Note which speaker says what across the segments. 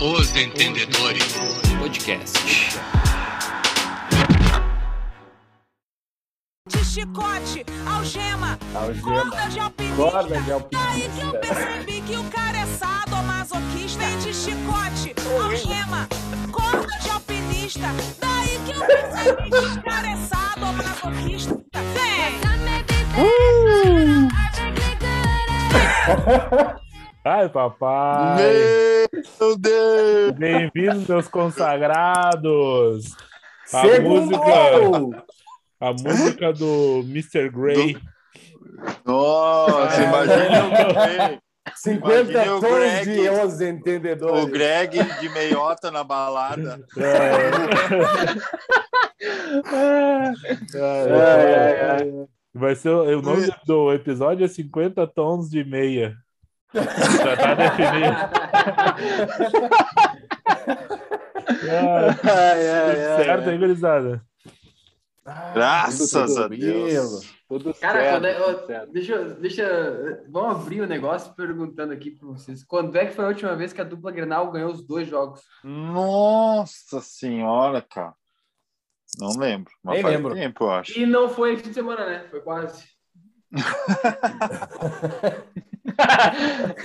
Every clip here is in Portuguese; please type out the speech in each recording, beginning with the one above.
Speaker 1: Os Entendedores
Speaker 2: Podcast.
Speaker 3: de chicote, algema,
Speaker 4: Algema.
Speaker 3: corda de alpinista.
Speaker 4: Corda de alpinista.
Speaker 3: Daí que eu percebi que o cara é sadomasoquista e de chicote, algema, corda de alpinista. Daí que eu percebi que o cara é sadomasoquista. Vem!
Speaker 4: Ai, papai!
Speaker 5: Meu Deus!
Speaker 4: Bem-vindos, meus consagrados! A música,
Speaker 6: Segundo!
Speaker 4: a música do Mr. Grey.
Speaker 5: Nossa,
Speaker 4: Ah.
Speaker 5: imagina o Greg,
Speaker 6: 50
Speaker 5: Imagina o
Speaker 6: tons
Speaker 5: Greg.
Speaker 6: de 11
Speaker 5: o
Speaker 6: entendedores.
Speaker 5: Greg de meiota na balada.
Speaker 6: Ai, ai, ai.
Speaker 4: É. Vai ser o o nome do episódio é 50 tons de meia. Já tá definido. Ah,
Speaker 5: Ai,
Speaker 4: tudo
Speaker 5: ai, ai,
Speaker 4: certo,
Speaker 5: ai.
Speaker 4: hein, gurizada?
Speaker 5: Graças
Speaker 6: Tudo
Speaker 5: a Deus.
Speaker 6: tranquilo, Tudo
Speaker 7: Cara, quando é-
Speaker 6: certo.
Speaker 7: ó, deixa, eu- deixa. eu- Vamos abrir o negócio perguntando aqui pra vocês. Quando é que foi a última vez que a dupla Grenal ganhou os dois jogos?
Speaker 5: Nossa senhora, cara. Não lembro. Mas
Speaker 6: Nem
Speaker 5: faz
Speaker 6: lembro.
Speaker 5: tempo, eu acho.
Speaker 7: E não foi fim de semana, né? Foi quase.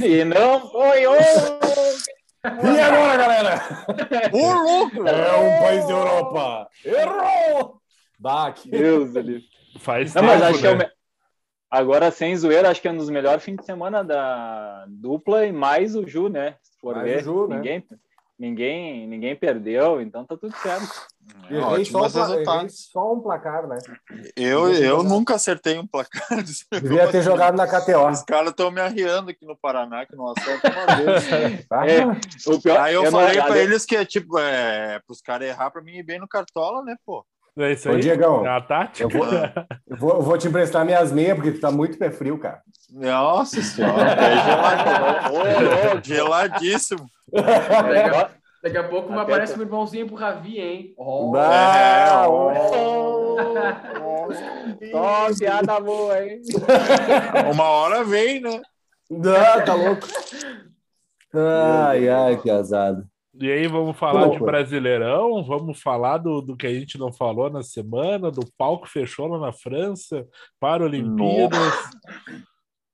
Speaker 6: E não foi hoje! E agora, galera?
Speaker 5: Ô, louco!
Speaker 6: É um país da Europa! Errou! Bah, que
Speaker 8: Deus, ele.
Speaker 4: Faz
Speaker 8: Não,
Speaker 4: tempo,
Speaker 8: mas acho que é o
Speaker 4: né?
Speaker 8: me- Agora, sem zoeira, acho que é um dos melhores fins de semana da dupla e mais o Ju, né? Se for
Speaker 6: Mais
Speaker 8: ver,
Speaker 6: o Ju, né?
Speaker 8: ninguém, ninguém, ninguém perdeu, então tá tudo certo.
Speaker 5: É,
Speaker 6: Errei só, um
Speaker 5: Ótimos
Speaker 6: pla- errei
Speaker 8: tá.
Speaker 5: resultados.
Speaker 6: só um placar, né?
Speaker 5: Eu, eu nunca acertei um placar. desse
Speaker 6: Devia
Speaker 5: negócio.
Speaker 6: ter jogado na
Speaker 5: assim? Os
Speaker 6: KTO.
Speaker 5: caras estão me arriando aqui no Paraná, que não acertam uma vez. né?
Speaker 6: Tá?
Speaker 8: É, o pior,
Speaker 5: Aí eu,
Speaker 8: não-
Speaker 5: falei pra
Speaker 8: de-
Speaker 5: eles que é tipo, é, pros caras errar pra mim ir bem no Cartola, né, pô? Ah.
Speaker 4: É isso
Speaker 6: Ô,
Speaker 4: aí.
Speaker 6: Diegão,
Speaker 4: É a tática.
Speaker 6: eu vou, eu, vou, eu vou te emprestar minhas meias, porque tu tá muito pé frio, cara.
Speaker 5: Nossa senhora, é gelado,
Speaker 8: Ô, louco.
Speaker 5: geladíssimo.
Speaker 7: Daqui a, daqui a pouco
Speaker 8: É, Até
Speaker 7: aparece
Speaker 8: tá-
Speaker 7: um irmãozinho pro Ravi, hein?
Speaker 8: Oh.
Speaker 7: Ó,
Speaker 5: Ah,
Speaker 6: Ah,
Speaker 5: É
Speaker 8: É,
Speaker 6: Bah, oh.
Speaker 8: Ó, piada boa, hein?
Speaker 5: Uma hora vem, né?
Speaker 6: Ah, tá louco. Ai, ai, que azado.
Speaker 4: E aí, vamos falar de
Speaker 6: loucura.
Speaker 4: Brasileirão, vamos falar do, do que a gente não falou na semana, do palco fechou lá na França, Paralimpíadas.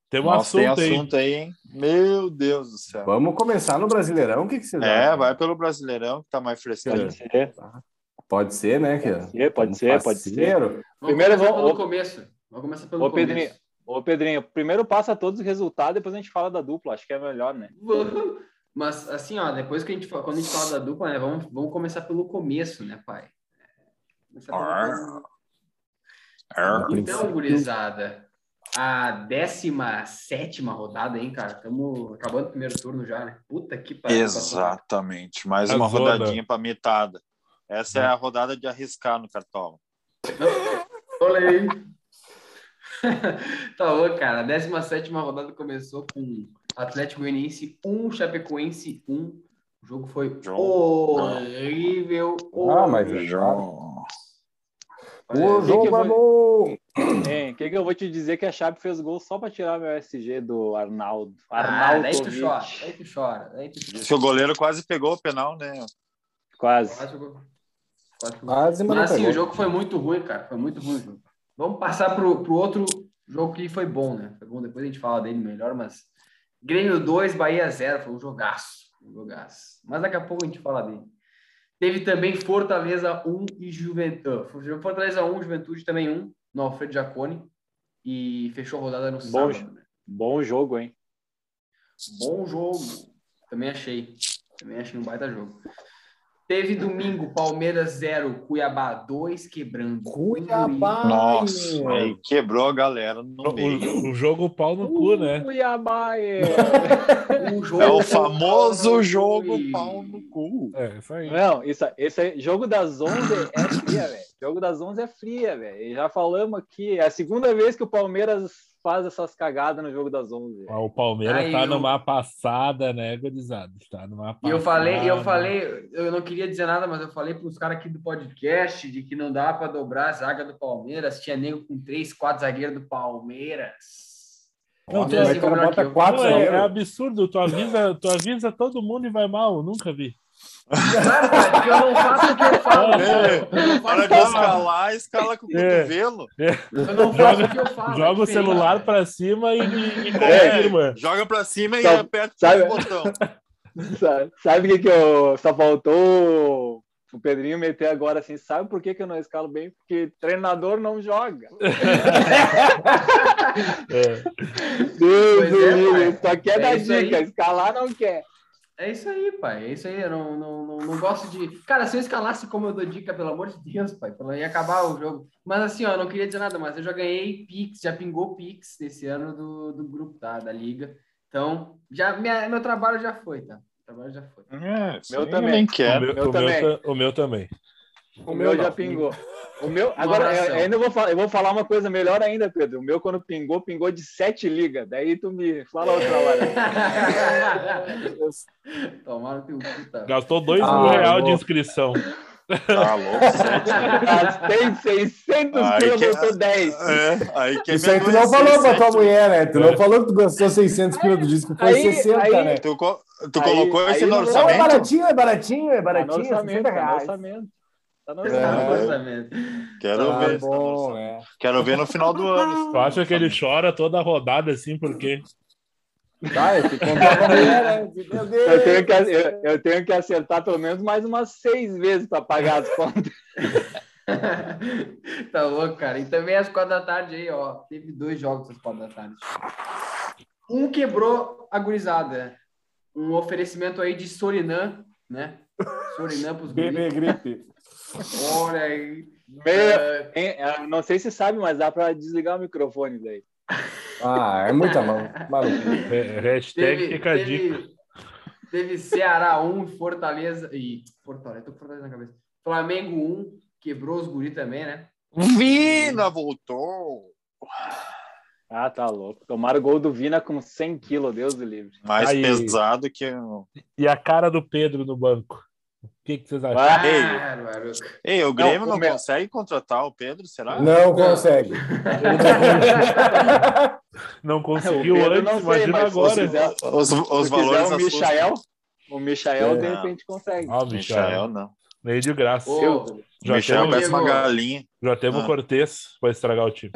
Speaker 4: Tem um
Speaker 5: Nossa,
Speaker 4: assunto,
Speaker 5: tem
Speaker 4: aí.
Speaker 5: assunto aí, hein? Meu Deus do céu.
Speaker 6: Vamos começar no Brasileirão, o que, que vocês
Speaker 5: É,
Speaker 6: acham?
Speaker 5: vai pelo Brasileirão, que tá mais fresquinho.
Speaker 8: Pode ser,
Speaker 6: Pode ser, né? Que...
Speaker 8: pode ser, pode ser. Pode ser.
Speaker 6: Parceiro.
Speaker 7: vamos
Speaker 8: primeiro
Speaker 7: começar
Speaker 8: vamos-
Speaker 7: pelo
Speaker 8: ô-
Speaker 7: começo. Vamos começar pelo
Speaker 8: Ô,
Speaker 7: começo.
Speaker 8: Pedrinho. Ô, Pedrinho, primeiro passa todos os resultados, depois a gente fala da dupla, acho que é melhor, né?
Speaker 7: Vamos. Mas assim, ó, depois que a gente fa- quando a gente fala da dupla, né, vamos, vamos começar pelo começo, né, pai? Começar pelo
Speaker 5: Arr.
Speaker 7: começo.
Speaker 4: É.
Speaker 5: Arr.
Speaker 7: Então, gurizada, a 17 rodada, hein, cara? Estamos acabando o primeiro turno já, né? Puta que pariu.
Speaker 5: É. Exatamente. Mais
Speaker 4: A
Speaker 5: uma
Speaker 4: zona.
Speaker 5: rodadinha pra mitada.
Speaker 4: Hum.
Speaker 5: Essa é a rodada de arriscar no Cartola.
Speaker 7: Olha aí. tá louco, cara. A 17 rodada começou com Atlético Goianiense 1, Chapecoense 1. O jogo foi
Speaker 5: Jogo.
Speaker 7: horrível.
Speaker 6: Ah, mas
Speaker 7: horrível.
Speaker 8: que
Speaker 6: o
Speaker 8: que
Speaker 6: jogo é
Speaker 8: foi?
Speaker 6: bom.
Speaker 8: Hein, o que, que eu vou te dizer que a Chape fez gol só pra tirar meu SG do Arnaldo?
Speaker 7: Ah,
Speaker 8: Arnaldo
Speaker 7: daí tu chora, daí tu chora, daí tu chora.
Speaker 5: Diz que o goleiro quase pegou o penal, né?
Speaker 8: Quase.
Speaker 7: Quase jogou. Quase jogou.
Speaker 6: Quase, mas não
Speaker 7: Mas assim,
Speaker 6: pegou.
Speaker 7: o jogo foi muito ruim, cara. Foi muito ruim o jogo. Vamos passar pro, pro outro jogo que foi bom, né? Foi bom, depois a gente fala dele melhor, mas Grêmio 2, Bahia 0, foi um jogaço. Um jogaço. Mas daqui a pouco a gente fala dele. Teve também Fortaleza 1 e Juventude. Fortaleza 1, Juventude também 1, no Alfredo Jacone. E fechou a rodada no sábado.
Speaker 8: jo-
Speaker 7: né?
Speaker 8: Bom jogo, hein?
Speaker 7: Bom jogo. Também achei. Também achei um baita jogo. Teve domingo, Palmeiras 0, Cuiabá 2, quebrando.
Speaker 6: Cuiabá.
Speaker 5: Nossa,
Speaker 6: meu.
Speaker 5: aí quebrou a galera no meio.
Speaker 4: O, o jogo pau no cu, né?
Speaker 8: Cuiabá, é.
Speaker 7: O jogo
Speaker 5: É o famoso jogo
Speaker 7: Ui.
Speaker 5: pau no cu.
Speaker 4: É, isso aí.
Speaker 8: Não, isso, esse é- jogo das 11 é fria, velho. Jogo das 11 é fria, velho. E Já falamos aqui, é a segunda vez que o Palmeiras faz essas cagadas no jogo das 11.
Speaker 4: Ah, O Palmeiras
Speaker 7: Aí,
Speaker 4: tá
Speaker 7: eu-
Speaker 4: numa passada, né, gurizada? Tá numa
Speaker 7: E
Speaker 4: passada.
Speaker 7: eu falei, e eu falei, eu não queria dizer nada, mas eu falei para os caras aqui do podcast de que não dá para dobrar a zaga do Palmeiras. Tinha nego com três, quatro zagueiros do Palmeiras.
Speaker 4: Não, tu
Speaker 7: Tem
Speaker 6: Mas
Speaker 7: assim
Speaker 6: o
Speaker 4: é,
Speaker 6: cara
Speaker 7: melhor
Speaker 6: bota
Speaker 7: que eu.
Speaker 6: quatro
Speaker 4: não,
Speaker 6: a
Speaker 4: é,
Speaker 6: zero.
Speaker 4: é absurdo. Tu avisa, tu avisa todo mundo e vai mal. Eu nunca vi.
Speaker 7: Claro, cara, porque eu não faço o que eu falo.
Speaker 5: É.
Speaker 7: Eu não faço
Speaker 5: Para
Speaker 7: o
Speaker 5: de
Speaker 7: que eu falo.
Speaker 5: escalar, escala com o
Speaker 4: É.
Speaker 5: cotovelo.
Speaker 7: Eu não faço o que eu falo.
Speaker 4: Joga o
Speaker 7: é diferente,
Speaker 4: celular
Speaker 7: cara.
Speaker 4: pra cima e, e, e
Speaker 5: É.
Speaker 4: confirma.
Speaker 5: Joga pra cima e
Speaker 8: Sabe-
Speaker 5: aperta
Speaker 8: sabe-
Speaker 5: o botão.
Speaker 8: Sabe- Sabe o que, que eu só faltou o Pedrinho meter agora assim? Sabe por que, que eu não escalo bem? Porque treinador não joga.
Speaker 4: É.
Speaker 8: Deus
Speaker 7: Pois
Speaker 8: do
Speaker 7: é,
Speaker 8: livro,
Speaker 7: pai.
Speaker 8: só quer
Speaker 7: É
Speaker 8: dar
Speaker 7: isso aí.
Speaker 8: dica, escalar não quer.
Speaker 7: É isso aí, pai. É isso aí. Eu não, não, não, não gosto de. Cara, se eu escalasse como eu dou dica, pelo amor de Deus, pai, pelo- ia acabar o jogo. Mas assim, ó, eu não queria dizer nada, mas eu já ganhei Pix, já pingou Pix desse ano do, do grupo, tá? Da Liga. Então, já, minha- meu trabalho já foi, tá? Meu trabalho já foi.
Speaker 5: É, isso
Speaker 8: Meu
Speaker 5: aí
Speaker 8: também.
Speaker 5: Nem
Speaker 4: O,
Speaker 5: quer.
Speaker 4: meu,
Speaker 8: eu
Speaker 4: o, meu,
Speaker 8: também.
Speaker 4: ta- o meu também.
Speaker 8: O meu
Speaker 7: meu
Speaker 8: já
Speaker 7: não.
Speaker 8: pingou. O meu, agora eu,
Speaker 7: abração.
Speaker 8: eu ainda vou falar, eu vou falar uma coisa melhor ainda, Pedro. O meu, quando pingou, pingou de sete ligas. Daí tu me fala outra hora.
Speaker 7: Tomaram teu cu, tá?
Speaker 4: Gastou dois
Speaker 6: Ah,
Speaker 4: mil reais de
Speaker 6: bom.
Speaker 4: inscrição.
Speaker 5: Tá louco, sete.
Speaker 8: Gastei 600
Speaker 5: Ai,
Speaker 8: quilos,
Speaker 5: que-
Speaker 8: botou 10.
Speaker 5: É, aí que é
Speaker 6: Isso aí tu
Speaker 5: menos
Speaker 6: não falou pra tua
Speaker 5: 17.
Speaker 6: mulher, né? Tu
Speaker 4: É.
Speaker 6: não falou que tu gastou 600 quilos, tu disse que foi
Speaker 8: Aí-
Speaker 6: 60,
Speaker 8: aí-
Speaker 6: né?
Speaker 5: Tu, co- tu
Speaker 8: Aí-
Speaker 5: colocou
Speaker 8: aí
Speaker 5: esse
Speaker 8: não-
Speaker 5: no
Speaker 8: não,
Speaker 6: Não, é
Speaker 5: orçamento?
Speaker 6: baratinho, é baratinho, é
Speaker 8: Tá no
Speaker 6: baratinho, é 60
Speaker 8: orçamento, tá no
Speaker 6: reais.
Speaker 8: orçamento. Tá no
Speaker 7: Ah,
Speaker 8: orçamento.
Speaker 6: É.
Speaker 7: orçamento.
Speaker 5: Quero
Speaker 6: Tá
Speaker 5: ver. esse tá no
Speaker 6: bom,
Speaker 5: orçamento.
Speaker 6: é.
Speaker 5: Quero ver no final do ano.
Speaker 4: Tu acha que ele chora toda a rodada assim, porque
Speaker 6: Vai, tu contar pra mulher, né? Meu Deus.
Speaker 8: Eu tenho, que, eu, eu tenho que acertar pelo menos mais umas seis vezes para pagar as contas.
Speaker 7: tá louco, cara. E também às quatro da tarde aí, ó. Teve dois jogos às quatro da tarde. Um quebrou a gurizada. Um oferecimento aí de Sorinã, né? Sorinã pros guris.
Speaker 6: Bebê gripe.
Speaker 7: Olha aí.
Speaker 8: Meu,
Speaker 7: É,
Speaker 8: hein, eu não sei se sabe, mas dá para desligar o microfone daí.
Speaker 6: Ah, é muita mão. Maluco.
Speaker 4: é, hashtag
Speaker 7: teve,
Speaker 4: fica a dica.
Speaker 7: teve, teve Ceará 1, Fortaleza. e Fortaleza, tô com Fortaleza na cabeça. Flamengo 1, quebrou os guris também, né?
Speaker 5: Vina voltou.
Speaker 8: Ah, tá louco. Tomaram o gol do Vina com 100 quilos, Deus do livre.
Speaker 5: Mais
Speaker 4: Aí.
Speaker 5: pesado que. o-
Speaker 4: E a cara do Pedro no banco. O que, que vocês acham?
Speaker 8: Ah,
Speaker 5: Ei.
Speaker 7: Bárbaro.
Speaker 5: Ei, o Grêmio
Speaker 8: o
Speaker 5: não,
Speaker 8: meu-
Speaker 5: consegue contratar o Pedro, será?
Speaker 6: Não consegue.
Speaker 4: Não
Speaker 8: O
Speaker 4: conseguiu
Speaker 8: Pedro
Speaker 4: antes,
Speaker 8: não sei,
Speaker 4: imagina
Speaker 8: mas
Speaker 5: Os,
Speaker 4: agora.
Speaker 8: se quiser-
Speaker 5: os, os
Speaker 8: Se quiser
Speaker 5: valores
Speaker 8: o
Speaker 5: assustam.
Speaker 8: Michael, o Michael de
Speaker 5: É.
Speaker 8: repente consegue.
Speaker 4: Ah, Michael,
Speaker 5: Michael não.
Speaker 4: nem de graça.
Speaker 7: Ô,
Speaker 8: Deus.
Speaker 4: já
Speaker 5: Michael
Speaker 4: temos-
Speaker 5: parece uma
Speaker 7: Diego.
Speaker 5: galinha.
Speaker 4: Já temos o
Speaker 5: Ah.
Speaker 4: Cortez para estragar o time.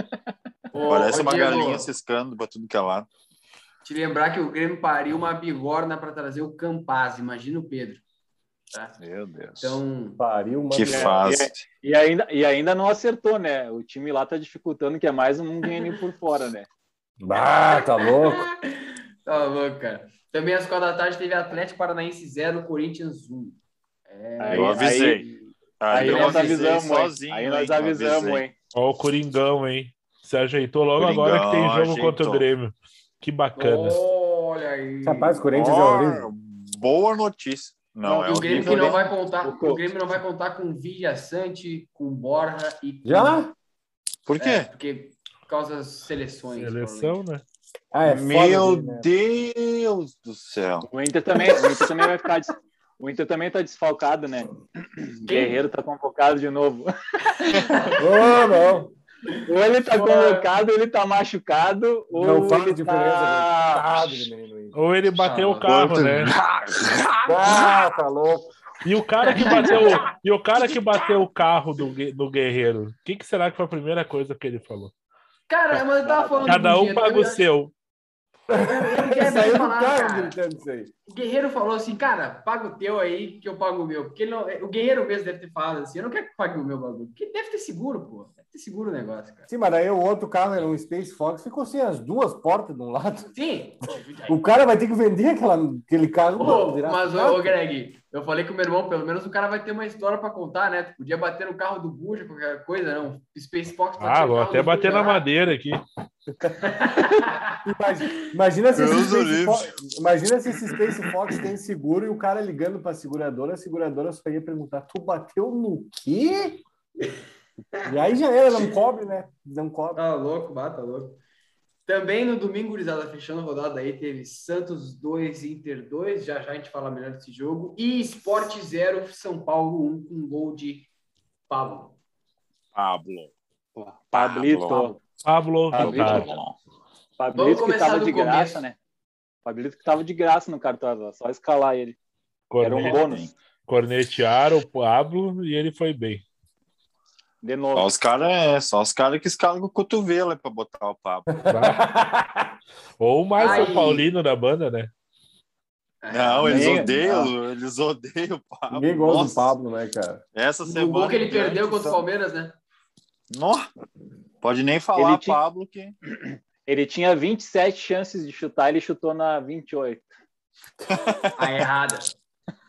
Speaker 7: ô,
Speaker 5: parece
Speaker 7: ô,
Speaker 5: é uma
Speaker 7: Diego,
Speaker 5: galinha ciscando, botando que é lá.
Speaker 7: Te lembrar que o Grêmio pariu uma bigorna para trazer o Campaz, imagina o Pedro. tá?
Speaker 5: Meu Deus.
Speaker 7: Então,
Speaker 6: Pariu, mano.
Speaker 5: que fase.
Speaker 8: E ainda, e ainda não acertou, né? O time lá tá dificultando, que é mais um Guinea por fora, né?
Speaker 6: Ah, tá louco.
Speaker 7: tá louco, cara. Também às quatro da tarde teve Atlético Paranaense 0, Corinthians 1. É,
Speaker 8: Aí-
Speaker 5: eu avisei.
Speaker 8: Aí,
Speaker 5: eu
Speaker 8: nós
Speaker 5: avisei
Speaker 8: avisamos,
Speaker 5: sozinho,
Speaker 8: hein? Aí nós
Speaker 5: hein,
Speaker 8: avisamos,
Speaker 5: avisei.
Speaker 8: hein?
Speaker 4: Ó, o Coringão, hein? Se ajeitou logo
Speaker 5: Coringão,
Speaker 4: agora que tem jogo contra o
Speaker 5: ajeitou.
Speaker 4: Grêmio. Que bacana.
Speaker 7: Olha aí.
Speaker 6: Rapaz, o Corinthians é
Speaker 5: Ó,
Speaker 6: horrível.
Speaker 5: boa notícia. Não,
Speaker 7: E
Speaker 5: é
Speaker 7: o Grêmio
Speaker 5: horrível.
Speaker 7: que não
Speaker 8: né?
Speaker 7: vai contar,
Speaker 8: O Col-
Speaker 7: o Grêmio não vai contar com Villa Sante, com Borja e
Speaker 6: Já?
Speaker 5: Por
Speaker 7: É,
Speaker 5: quê?
Speaker 7: porque por causa das seleções.
Speaker 4: Seleção, né?
Speaker 6: Ah, é foda,
Speaker 5: Meu
Speaker 6: né?
Speaker 5: Deus do céu.
Speaker 8: O Inter também, o Inter também vai ficar. des- O Inter também tá desfalcado, né? Guerreiro tá convocado de novo.
Speaker 6: Ô, não.
Speaker 8: Ou ele tá convocado, ele tá machucado, ou
Speaker 6: Não faz
Speaker 8: ele
Speaker 6: diferença,
Speaker 8: tá...
Speaker 6: Sabe, é menino.
Speaker 4: Ou ele bateu o carro,
Speaker 5: Quanto-
Speaker 4: né?
Speaker 6: Ah, tá louco.
Speaker 4: E o cara que bateu, e o cara que bateu o carro do, Gue- do guerreiro, o que, que será que foi a primeira coisa que ele falou?
Speaker 7: Cara, mas eu tava falando.
Speaker 4: Cada
Speaker 7: com
Speaker 4: um
Speaker 7: Diego,
Speaker 4: paga
Speaker 7: eu-
Speaker 4: o seu.
Speaker 7: eu quero
Speaker 6: Saiu do
Speaker 7: falar,
Speaker 6: carro
Speaker 7: cara.
Speaker 6: gritando isso aí.
Speaker 7: O Guerreiro falou assim, cara, paga o teu aí que eu pago o meu. Porque ele não- é, o Guerreiro mesmo deve ter falado assim, eu não quero que pague o meu bagulho. Porque deve ter seguro, pô. Deve ter seguro o negócio, cara.
Speaker 6: Sim, mas daí o outro carro era um Space Fox, ficou sem as duas portas de um lado.
Speaker 7: Sim.
Speaker 6: O cara vai ter que vender aquela, aquele carro.
Speaker 7: Pô,
Speaker 6: virar-
Speaker 7: mas, ô, ô, Greg, eu falei com o meu irmão, pelo menos o cara vai ter uma história pra contar, né? Tu podia bater no carro do Buja, qualquer coisa, não. Space Fox
Speaker 4: Ah,
Speaker 7: bateu no
Speaker 4: vou
Speaker 7: carro é.
Speaker 4: até
Speaker 7: do
Speaker 4: bater
Speaker 7: Buja
Speaker 4: na
Speaker 7: lá.
Speaker 4: madeira aqui.
Speaker 6: Imagina, imagina se esse
Speaker 5: Deus o
Speaker 6: Space
Speaker 5: livre.
Speaker 6: Fox, imagina se esse Space Fox tem seguro e o cara ligando para a seguradora, a seguradora só ia perguntar: tu bateu no quê? E aí já era, não cobre, né? Não cobre.
Speaker 7: Tá louco, bata louco. Também no domingo, gurizada, fechando a rodada aí, teve Santos 2, Inter 2. Já já a gente fala melhor desse jogo. E Sport 0, São Paulo 1, com gol de Pablo.
Speaker 5: Pablo.
Speaker 8: Pablito.
Speaker 5: Ah, Pablo.
Speaker 4: Pablo,
Speaker 5: Ah,
Speaker 8: Pablo.
Speaker 4: Vittar.
Speaker 8: Fabrício que
Speaker 7: começar
Speaker 8: tava
Speaker 7: do
Speaker 8: de
Speaker 7: começo.
Speaker 8: graça, né? Fabrício que tava de graça no cartaz, ó, só escalar ele. Era um
Speaker 4: Corne-
Speaker 8: bônus.
Speaker 4: Cornetearam o Pablo e ele foi bem.
Speaker 8: De
Speaker 5: Só
Speaker 8: novo.
Speaker 5: os caras é, só os caras que escalam o cotovelo aí pra botar o papo.
Speaker 4: tá? Ou mais
Speaker 7: Ai.
Speaker 4: São Paulino da banda, né?
Speaker 7: É.
Speaker 5: Não, eles
Speaker 8: nem-
Speaker 7: Ah.
Speaker 5: odeiam, eles odeiam o Pablo.
Speaker 6: Ninguém gosta
Speaker 5: Nossa,
Speaker 6: do Pablo, né, cara?
Speaker 5: Essa
Speaker 7: O
Speaker 5: semana.
Speaker 7: gol que ele
Speaker 5: em diante,
Speaker 7: perdeu contra o
Speaker 5: então-
Speaker 7: Palmeiras, né?
Speaker 5: Nó, Pode nem falar,
Speaker 8: Ele tinha-
Speaker 5: Pablo, que.
Speaker 8: Ele tinha 27 chances de chutar, ele chutou na 28.
Speaker 7: A errada.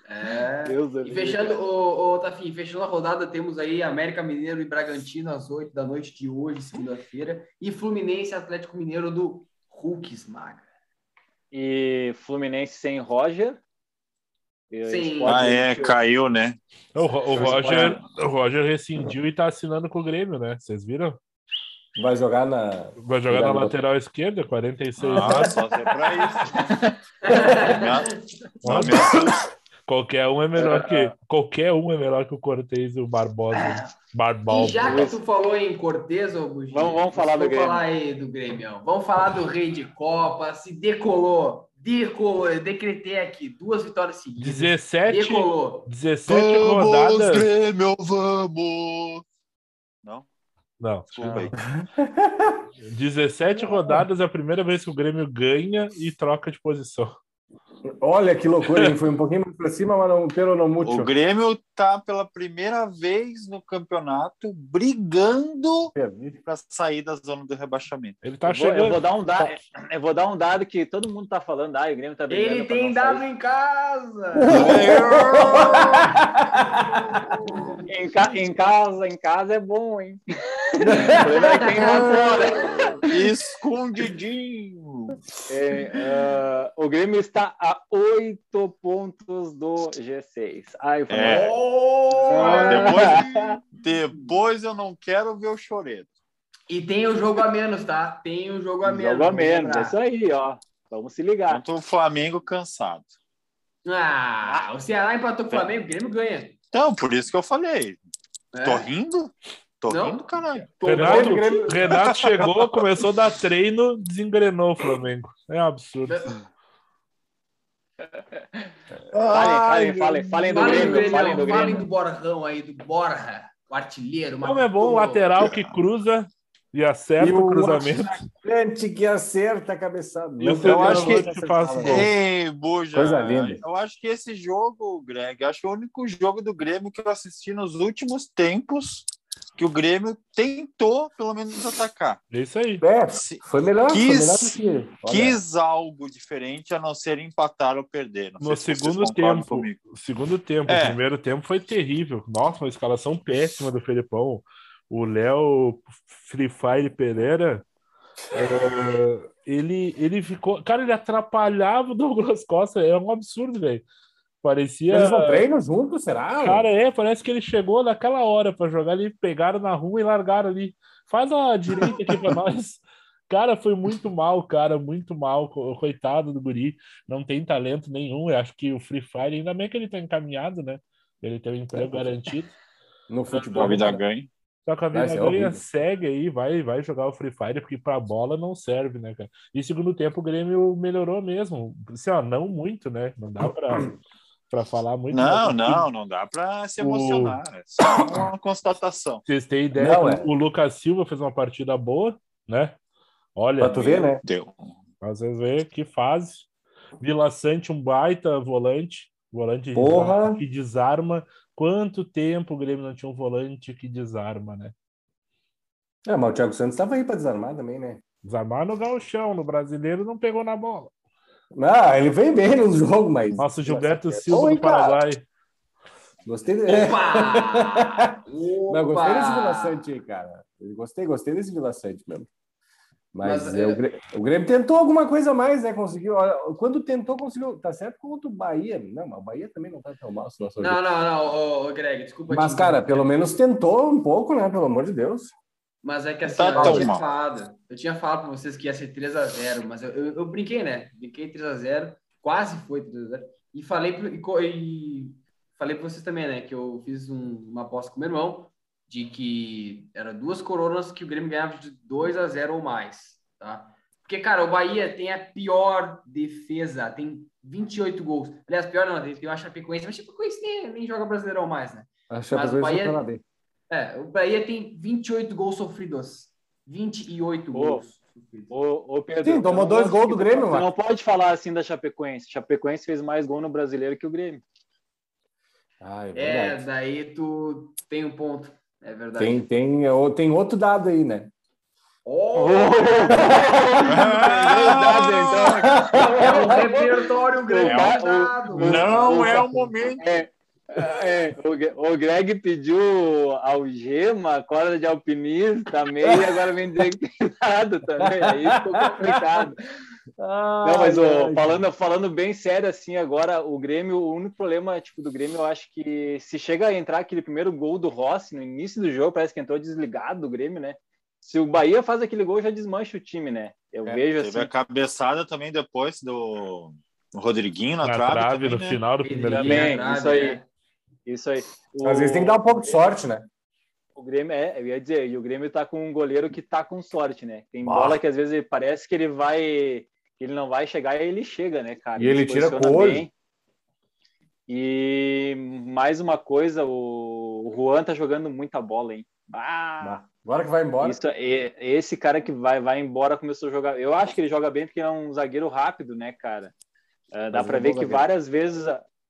Speaker 7: É.
Speaker 8: Deus do
Speaker 7: E
Speaker 8: céu.
Speaker 7: fechando, o, Tafim, fechando a rodada, temos aí América Mineiro e Bragantino às 8 da noite de hoje, segunda-feira. E Fluminense e Atlético Mineiro do Hulk Esmaga.
Speaker 8: E Fluminense sem Roger. E
Speaker 7: Sim.
Speaker 8: Sport
Speaker 5: Ah, é,
Speaker 8: 28.
Speaker 5: caiu, né?
Speaker 4: O, Ro- o Roger, o Roger rescindiu e tá assinando com o Grêmio, né? Vocês viram?
Speaker 6: Vai jogar na.
Speaker 4: Vai jogar na
Speaker 6: Grêmio.
Speaker 4: lateral esquerda, 46
Speaker 5: Ah,
Speaker 4: anos.
Speaker 5: só se é pra isso. Não,
Speaker 4: Nossa.
Speaker 5: me assusta.
Speaker 4: Qualquer um é melhor que. Qualquer um é melhor que o Cortez e o Barbosa.
Speaker 7: E
Speaker 4: Barbosa.
Speaker 7: já que tu falou em Cortez, ô Bugi,
Speaker 8: Vamos- vamos falar do Grêmio.
Speaker 7: falar aí do Grêmio. Vamos falar do Rei de Copa, se decolou, decolou, eu decretei aqui, duas vitórias seguidas.
Speaker 4: 17,
Speaker 7: Decolou.
Speaker 4: 17 rodadas.
Speaker 5: Grêmio, vamos!
Speaker 4: Não.
Speaker 5: Desculpa aí.
Speaker 4: 17 rodadas é a primeira vez que o Grêmio ganha e troca de posição.
Speaker 6: Olha que loucura, ele foi um pouquinho mais pra cima, mas não, pelo não
Speaker 5: O
Speaker 6: muito.
Speaker 5: Grêmio tá pela primeira vez no campeonato brigando pra sair da zona do rebaixamento.
Speaker 4: Ele tá
Speaker 8: eu, vou, eu
Speaker 4: chegando.
Speaker 8: vou dar um dado, eu vou dar um dado que todo mundo tá falando, ah, o Grêmio tá brigando
Speaker 7: Ele
Speaker 8: pra
Speaker 7: tem
Speaker 8: não
Speaker 7: dado
Speaker 8: sair.
Speaker 7: em casa!
Speaker 8: em, ca- em casa, em casa é bom, hein? O Grêmio é que tem lá fora.
Speaker 5: Escondidinho!
Speaker 8: É, ah, o Grêmio está a oito pontos do G6. Ai, foi
Speaker 5: É.
Speaker 7: Oh!
Speaker 5: Depois, depois eu não quero ver o choreto.
Speaker 7: E tem o jogo a menos, tá? Tem o jogo a menos. né?
Speaker 8: Jogo a menos, é
Speaker 7: vamos
Speaker 8: isso
Speaker 7: lembrar.
Speaker 8: aí, ó. Vamos se ligar.
Speaker 5: Contra o Flamengo cansado.
Speaker 7: Ah, o Ceará empatou com o Flamengo, o Grêmio ganha.
Speaker 5: Então, por isso que eu falei.
Speaker 7: É.
Speaker 5: Tô rindo? Tô
Speaker 7: Não.
Speaker 5: rindo, caralho.
Speaker 4: Renato,
Speaker 6: Grêmio-
Speaker 4: Renato chegou, começou a dar treino, desengrenou o Flamengo. É um absurdo.
Speaker 8: Falem, falem, falem,
Speaker 7: Falem
Speaker 8: falem do
Speaker 7: do
Speaker 8: Grêmio,
Speaker 7: Grêmio,
Speaker 8: falem do
Speaker 7: falem
Speaker 8: Grêmio.
Speaker 7: do Borrão aí, do Borra, o artilheiro.
Speaker 4: Como é bom um lateral que cruza e acerta
Speaker 6: E
Speaker 4: o
Speaker 6: o
Speaker 4: cruzamento.
Speaker 6: Grande que acerta a cabeçada.
Speaker 4: E o
Speaker 6: Não tem
Speaker 4: Fernando
Speaker 6: nada
Speaker 4: Henrique
Speaker 6: mais
Speaker 4: que faz
Speaker 6: acertar,
Speaker 4: gol.
Speaker 6: né?
Speaker 5: Ei, Buja.
Speaker 6: Coisa linda.
Speaker 5: Eu acho que esse jogo, Greg, eu acho que é o único jogo do Grêmio que eu assisti nos últimos tempos que o Grêmio tentou, pelo menos, atacar.
Speaker 4: É isso aí.
Speaker 6: É,
Speaker 5: Se-
Speaker 6: foi melhor.
Speaker 5: Quis-
Speaker 6: foi melhor do que. Olha,
Speaker 5: quis algo diferente a não ser empatar ou perder. Não
Speaker 4: No
Speaker 5: sei se vocês
Speaker 4: segundo
Speaker 5: concordam
Speaker 4: tempo.
Speaker 5: comigo.
Speaker 4: Segundo tempo,
Speaker 5: É.
Speaker 4: o primeiro tempo foi terrível. Nossa, uma escalação péssima do Felipão. O Léo Free Fire Pereira. eh, ele, ele ficou. Cara, ele atrapalhava o Douglas Costa. É um absurdo, velho. Parecia.
Speaker 6: Eles não treinam juntos, será?
Speaker 4: ah, Cara, é, parece que ele chegou naquela hora pra jogar ali, pegaram na rua e largaram ali. Faz a direita aqui pra nós. Cara, foi muito mal, cara, muito mal. Co- Coitado do guri, não tem talento nenhum. Eu acho que o Free Fire, ainda bem que ele tá encaminhado, né? Ele tem um
Speaker 6: É,
Speaker 4: emprego garantido.
Speaker 6: no futebol.
Speaker 5: A vida
Speaker 6: cara.
Speaker 5: ganha.
Speaker 4: Só que a vida
Speaker 6: Mas é
Speaker 4: ganha,
Speaker 6: horrível.
Speaker 4: segue aí, vai, vai jogar o Free Fire, porque pra bola não serve, né, cara? E segundo tempo, o Grêmio melhorou mesmo. Assim, ó, não muito, né? Não dá pra, pra falar muito. mas-
Speaker 5: Não, não, não dá pra se
Speaker 4: O-
Speaker 5: emocionar. É só uma constatação.
Speaker 4: Vocês têm ideia,
Speaker 6: Não,
Speaker 4: o-
Speaker 6: é.
Speaker 4: o Lucas Silva fez uma partida boa, né? Olha,
Speaker 6: Pra tu ver, né?
Speaker 5: Deu.
Speaker 4: pra vocês verem que fase. Vila Sante, um baita volante. Volante
Speaker 6: Porra.
Speaker 4: que desarma. Quanto tempo o Grêmio não tinha um volante que desarma, né?
Speaker 6: É, mas o Thiago Santos estava aí para desarmar também, né?
Speaker 4: Desarmar no gauchão, no brasileiro não pegou na bola.
Speaker 6: Não, Ah, ele vem bem no jogo, mas. é
Speaker 4: Nosso Gilberto
Speaker 6: Nossa,
Speaker 4: Silva
Speaker 6: Oi,
Speaker 4: do Paraguai.
Speaker 6: Gostei dele.
Speaker 7: Opa!
Speaker 6: Não, gostei desse Vila
Speaker 7: Opa!
Speaker 6: Sante aí, cara. Eu gostei, gostei desse Vila Sante mesmo. Mas,
Speaker 7: Mas,
Speaker 6: é,
Speaker 7: é-
Speaker 6: O, Grêmio, o Grêmio tentou alguma coisa a mais, né? Conseguiu. Olha, Quando tentou, conseguiu. Tá certo contra o Bahia. Não, mas o Bahia também não tá tão mal. a situação
Speaker 7: Não, não, não, ô, ô, Greg, desculpa.
Speaker 6: dele. Mas,
Speaker 7: te
Speaker 6: cara,
Speaker 7: interromper.
Speaker 6: pelo menos tentou um pouco, né? Pelo amor de Deus.
Speaker 7: Mas é que assim,
Speaker 5: Tá
Speaker 7: ó, eu,
Speaker 5: tão
Speaker 7: tinha
Speaker 5: mal.
Speaker 7: falado, eu tinha falado pra vocês que ia ser 3x0, mas eu, eu, eu brinquei, né? Brinquei 3x0, quase foi 3x0. E falei, pro- e, co- e falei pra vocês também, né? Que eu fiz um- uma aposta com meu irmão de que era duas coronas que o Grêmio ganhava de 2x0 ou mais, tá? Porque, cara, o Bahia tem a pior defesa, tem 28 gols. Aliás, pior não, tem tem o Chapecoense, mas Chapecoense nem, nem joga Brasileirão mais, né?
Speaker 6: A
Speaker 7: Chapecoense Bahia-
Speaker 6: Bahia...
Speaker 7: É, o Bahia tem 28 gols sofridos. 28
Speaker 8: Pô.
Speaker 7: gols sofridos.
Speaker 8: Ô, ô Pedro,
Speaker 6: Sim, tomou
Speaker 8: tu não
Speaker 6: dois
Speaker 8: pode-
Speaker 6: gols do Grêmio,
Speaker 8: Tu
Speaker 6: mano.
Speaker 8: não pode falar assim da Chapecoense. Chapecoense fez mais gol no brasileiro que o Grêmio.
Speaker 6: Ah, é
Speaker 7: É,
Speaker 6: verdade.
Speaker 7: daí tu tem um ponto. É verdade.
Speaker 6: tem, tem, é o- tem outro dado aí, né?
Speaker 7: Oh,
Speaker 8: Verdade, então.
Speaker 7: é um repertório grande.
Speaker 8: É um-
Speaker 7: dado.
Speaker 5: Não é o momento.
Speaker 8: É, o Gre- o Greg pediu algema, corda de alpinista, meia, agora vem dizer que tem nada também. É Aí ficou complicado. Não, mas ô, falando, falando bem sério assim agora, o Grêmio, o único problema tipo, do Grêmio, eu acho que se chega a entrar aquele primeiro gol do Rossi no início do jogo, parece que entrou desligado do Grêmio, né? Se o Bahia faz aquele gol, já desmancha o time, né? Eu
Speaker 6: É,
Speaker 8: vejo
Speaker 5: Teve
Speaker 8: assim.
Speaker 5: a cabeçada também depois do do Rodriguinho na,
Speaker 4: Na
Speaker 5: trave.
Speaker 4: trave,
Speaker 5: também,
Speaker 4: no
Speaker 5: né?
Speaker 4: final do primeiro
Speaker 8: Também,
Speaker 4: tempo.
Speaker 8: isso
Speaker 7: é
Speaker 8: aí.
Speaker 7: né?
Speaker 8: Isso aí. O-
Speaker 6: Às vezes tem que dar um pouco de sorte, né?
Speaker 8: O Grêmio, é, eu ia dizer, e o Grêmio tá com um goleiro que tá com sorte, né? Tem
Speaker 6: Ah.
Speaker 8: bola que às vezes ele- parece que ele vai, ele não vai chegar e ele chega, né, cara?
Speaker 6: E ele
Speaker 8: se
Speaker 6: tira
Speaker 8: posiciona
Speaker 6: com o olho.
Speaker 8: bem. E mais uma coisa, o o Juan tá jogando muita bola, hein? Ah,
Speaker 6: Agora que vai embora.
Speaker 8: isso, e- esse cara que vai, vai embora começou a jogar. Eu acho que ele joga bem porque ele é um zagueiro rápido, né, cara? Ah, dá
Speaker 6: Mas
Speaker 8: pra
Speaker 6: um
Speaker 8: ver
Speaker 6: bom
Speaker 8: que
Speaker 6: zagueiro.
Speaker 8: várias vezes,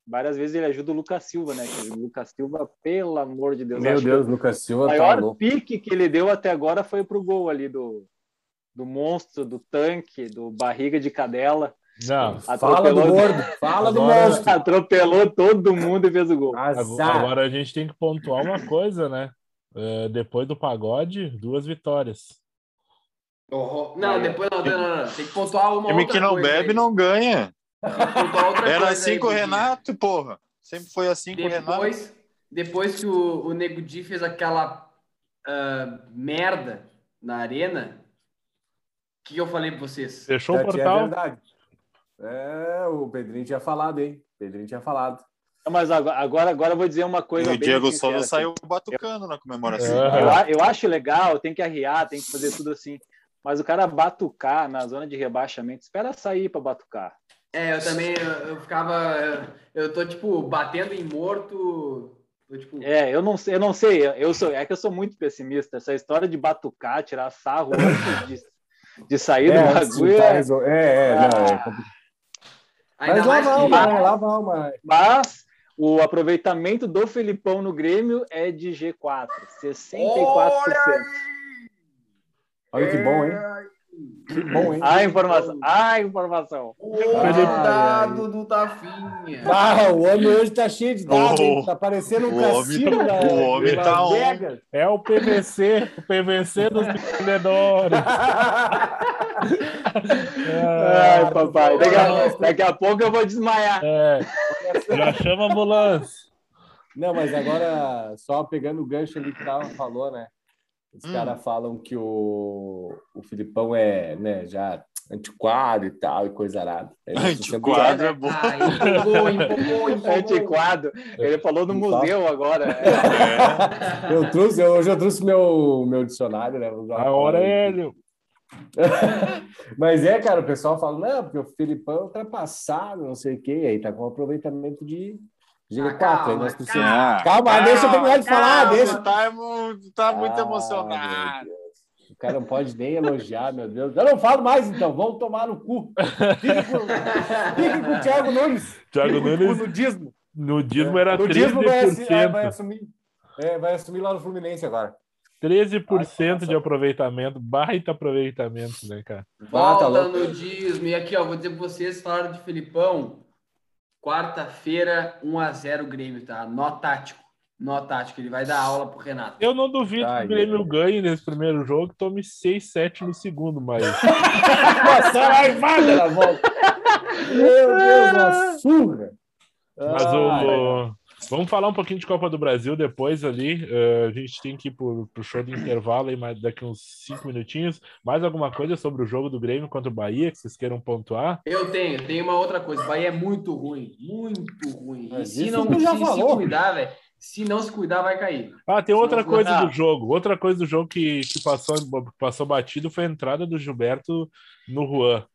Speaker 8: várias vezes ele ajuda o Lucas Silva, né? Que O Lucas Silva, pelo amor de Deus,
Speaker 6: Meu
Speaker 8: acho que
Speaker 6: Deus, Lucas Silva
Speaker 8: o
Speaker 6: tá
Speaker 8: maior
Speaker 6: louco.
Speaker 8: pique que ele deu até agora foi pro gol ali do, do monstro, do tanque, do barriga de cadela.
Speaker 4: Não,
Speaker 6: Fala do
Speaker 8: Atropelou-
Speaker 6: gordo, fala do
Speaker 4: Ah, Agora-
Speaker 6: monstro.
Speaker 8: Atropelou todo mundo e fez o gol.
Speaker 4: Ago-
Speaker 6: Azar. Tá,
Speaker 4: Agora é um a gente tem que pontuar uma coisa, né? Eh, depois do pagode, duas vitórias.
Speaker 7: Oh, Não, depois não, não, não, não. Tem que pontuar uma
Speaker 5: Time
Speaker 7: outra
Speaker 5: que não
Speaker 7: coisa
Speaker 5: bebe
Speaker 7: aí.
Speaker 5: não ganha.
Speaker 7: Tem que pontuar outra
Speaker 5: Era
Speaker 7: coisa
Speaker 5: assim
Speaker 7: aí,
Speaker 5: com o
Speaker 7: Didi.
Speaker 5: Renato, porra. Sempre foi assim com o Renato.
Speaker 7: Depois, depois que o, o Nego Di fez aquela ah, merda na arena, o que eu falei pra vocês?
Speaker 4: Fechou o
Speaker 6: Já tinha
Speaker 4: portal.
Speaker 6: verdade. É, o Pedrinho tinha falado, hein? O Pedrinho tinha falado.
Speaker 8: Mas agora, agora, agora eu vou dizer uma
Speaker 5: E
Speaker 8: coisa.
Speaker 5: o
Speaker 8: bem
Speaker 5: Diego
Speaker 8: sincera,
Speaker 5: Souza
Speaker 8: assim.
Speaker 5: saiu batucando na comemoração.
Speaker 4: É.
Speaker 8: Eu, a- eu acho legal, tem que arriar, tem que fazer tudo assim. Mas o cara batucar na zona de rebaixamento, espera sair pra batucar.
Speaker 7: É, eu também, eu, eu ficava, eu tô, tipo, batendo em morto, tô, tipo...
Speaker 8: É, eu não sei, eu não sei, eu sou, é que eu sou muito pessimista. Essa história de batucar, tirar sarro antes de, de sair do
Speaker 6: antes de
Speaker 8: bagulho.
Speaker 6: tá
Speaker 8: é-
Speaker 6: resol- é, é, não, é.
Speaker 7: Ainda
Speaker 6: Mas lá
Speaker 7: mais
Speaker 6: vai,
Speaker 7: que...
Speaker 6: uma, né? Lá vai, uma.
Speaker 8: Mas o aproveitamento do Felipão no Grêmio é de G4, 64%.
Speaker 6: Olha que bom, hein? Que bom, hein?
Speaker 8: A informação, a informação.
Speaker 7: O dado do Tafinha.
Speaker 6: Ah, o homem hoje tá cheio de dados, hein? Tá parecendo um
Speaker 5: O homem
Speaker 6: cassino
Speaker 5: tá-
Speaker 6: da
Speaker 5: o homem
Speaker 6: de
Speaker 5: tá
Speaker 6: Las
Speaker 5: on.
Speaker 6: Vegas.
Speaker 4: É o PVC, o PVC dos empreendedores. É,
Speaker 8: Ai, papai, daqui a, daqui a pouco eu vou desmaiar.
Speaker 4: é. Já chama a ambulância.
Speaker 6: Não, mas agora, só pegando o gancho ali que tava falou, né? Os
Speaker 5: Hum.
Speaker 6: caras falam que o, o Filipão é, né, já antiquado e tal, e coisa arada. É isso,
Speaker 5: Antiquado.
Speaker 6: sempre-
Speaker 5: é bom.
Speaker 7: Ah, empolgou, empolgou, empolgou.
Speaker 8: Antiquado. É Ele falou no
Speaker 6: Tá.
Speaker 8: museu agora. É,
Speaker 6: Eu trouxe, eu- hoje eu trouxe meu, meu dicionário, né? Vou usar uma
Speaker 4: A hora
Speaker 6: palavra
Speaker 4: é
Speaker 6: aí.
Speaker 4: ele.
Speaker 6: Mas é, cara, o pessoal fala, não, porque o Filipão é ultrapassado, não sei o quê, aí tá com aproveitamento de G4.
Speaker 7: Ah, calma,
Speaker 6: aí nós precisamos...
Speaker 7: calma.
Speaker 6: calma, deixa eu terminar de falar,
Speaker 5: calma,
Speaker 6: deixa.
Speaker 5: Assim, ah, Tá, mu- tá muito
Speaker 6: Ah,
Speaker 5: emocionado.
Speaker 6: meu Deus. O cara não pode nem elogiar, meu Deus. Eu não falo mais, então, vamos tomar no cu. Fique com, fique com o Thiago Nunes.
Speaker 4: Thiago
Speaker 6: Fique com
Speaker 4: Nunes,
Speaker 6: O nudismo.
Speaker 4: nudismo era
Speaker 6: O nudismo vai, assi- ah, vai
Speaker 4: 13%.
Speaker 6: assumir. é, vai assumir lá no Fluminense agora.
Speaker 4: 13% de aproveitamento, baita aproveitamento, né, cara?
Speaker 6: Ah, tá
Speaker 7: Volta
Speaker 6: louco.
Speaker 7: no Dismo. E aqui, ó, vou dizer pra vocês, falaram de Felipão. Quarta-feira, 1x0 Grêmio, tá? Nó tático. Nó tático. Ele vai dar aula pro Renato.
Speaker 4: Eu não duvido
Speaker 6: Ai,
Speaker 4: que o Grêmio
Speaker 6: ai.
Speaker 4: ganhe nesse primeiro jogo, tome 6, 7 no segundo, mas
Speaker 6: Nossa, laivada na volta. Meu Deus, uma surra.
Speaker 4: Mas
Speaker 6: Ai,
Speaker 4: o... Ah, Vamos falar um pouquinho de Copa do Brasil depois ali. Eh, a gente tem que ir pro, pro show do intervalo aí, mais, daqui uns cinco minutinhos. Mais alguma coisa sobre o jogo do Grêmio contra o Bahia que vocês queiram pontuar?
Speaker 7: Eu tenho, eu tenho uma outra coisa. O Bahia é muito ruim, muito ruim. e
Speaker 6: Mas
Speaker 7: se
Speaker 6: isso
Speaker 7: não
Speaker 6: tu já
Speaker 7: se, se
Speaker 6: falou.
Speaker 7: cuidar, velho, Se não se cuidar, vai cair.
Speaker 4: Ah, tem outra
Speaker 7: Vamos
Speaker 4: coisa
Speaker 5: lá.
Speaker 4: do jogo. Outra coisa do jogo que, que passou, passou batido foi a entrada do Gilberto no Juan.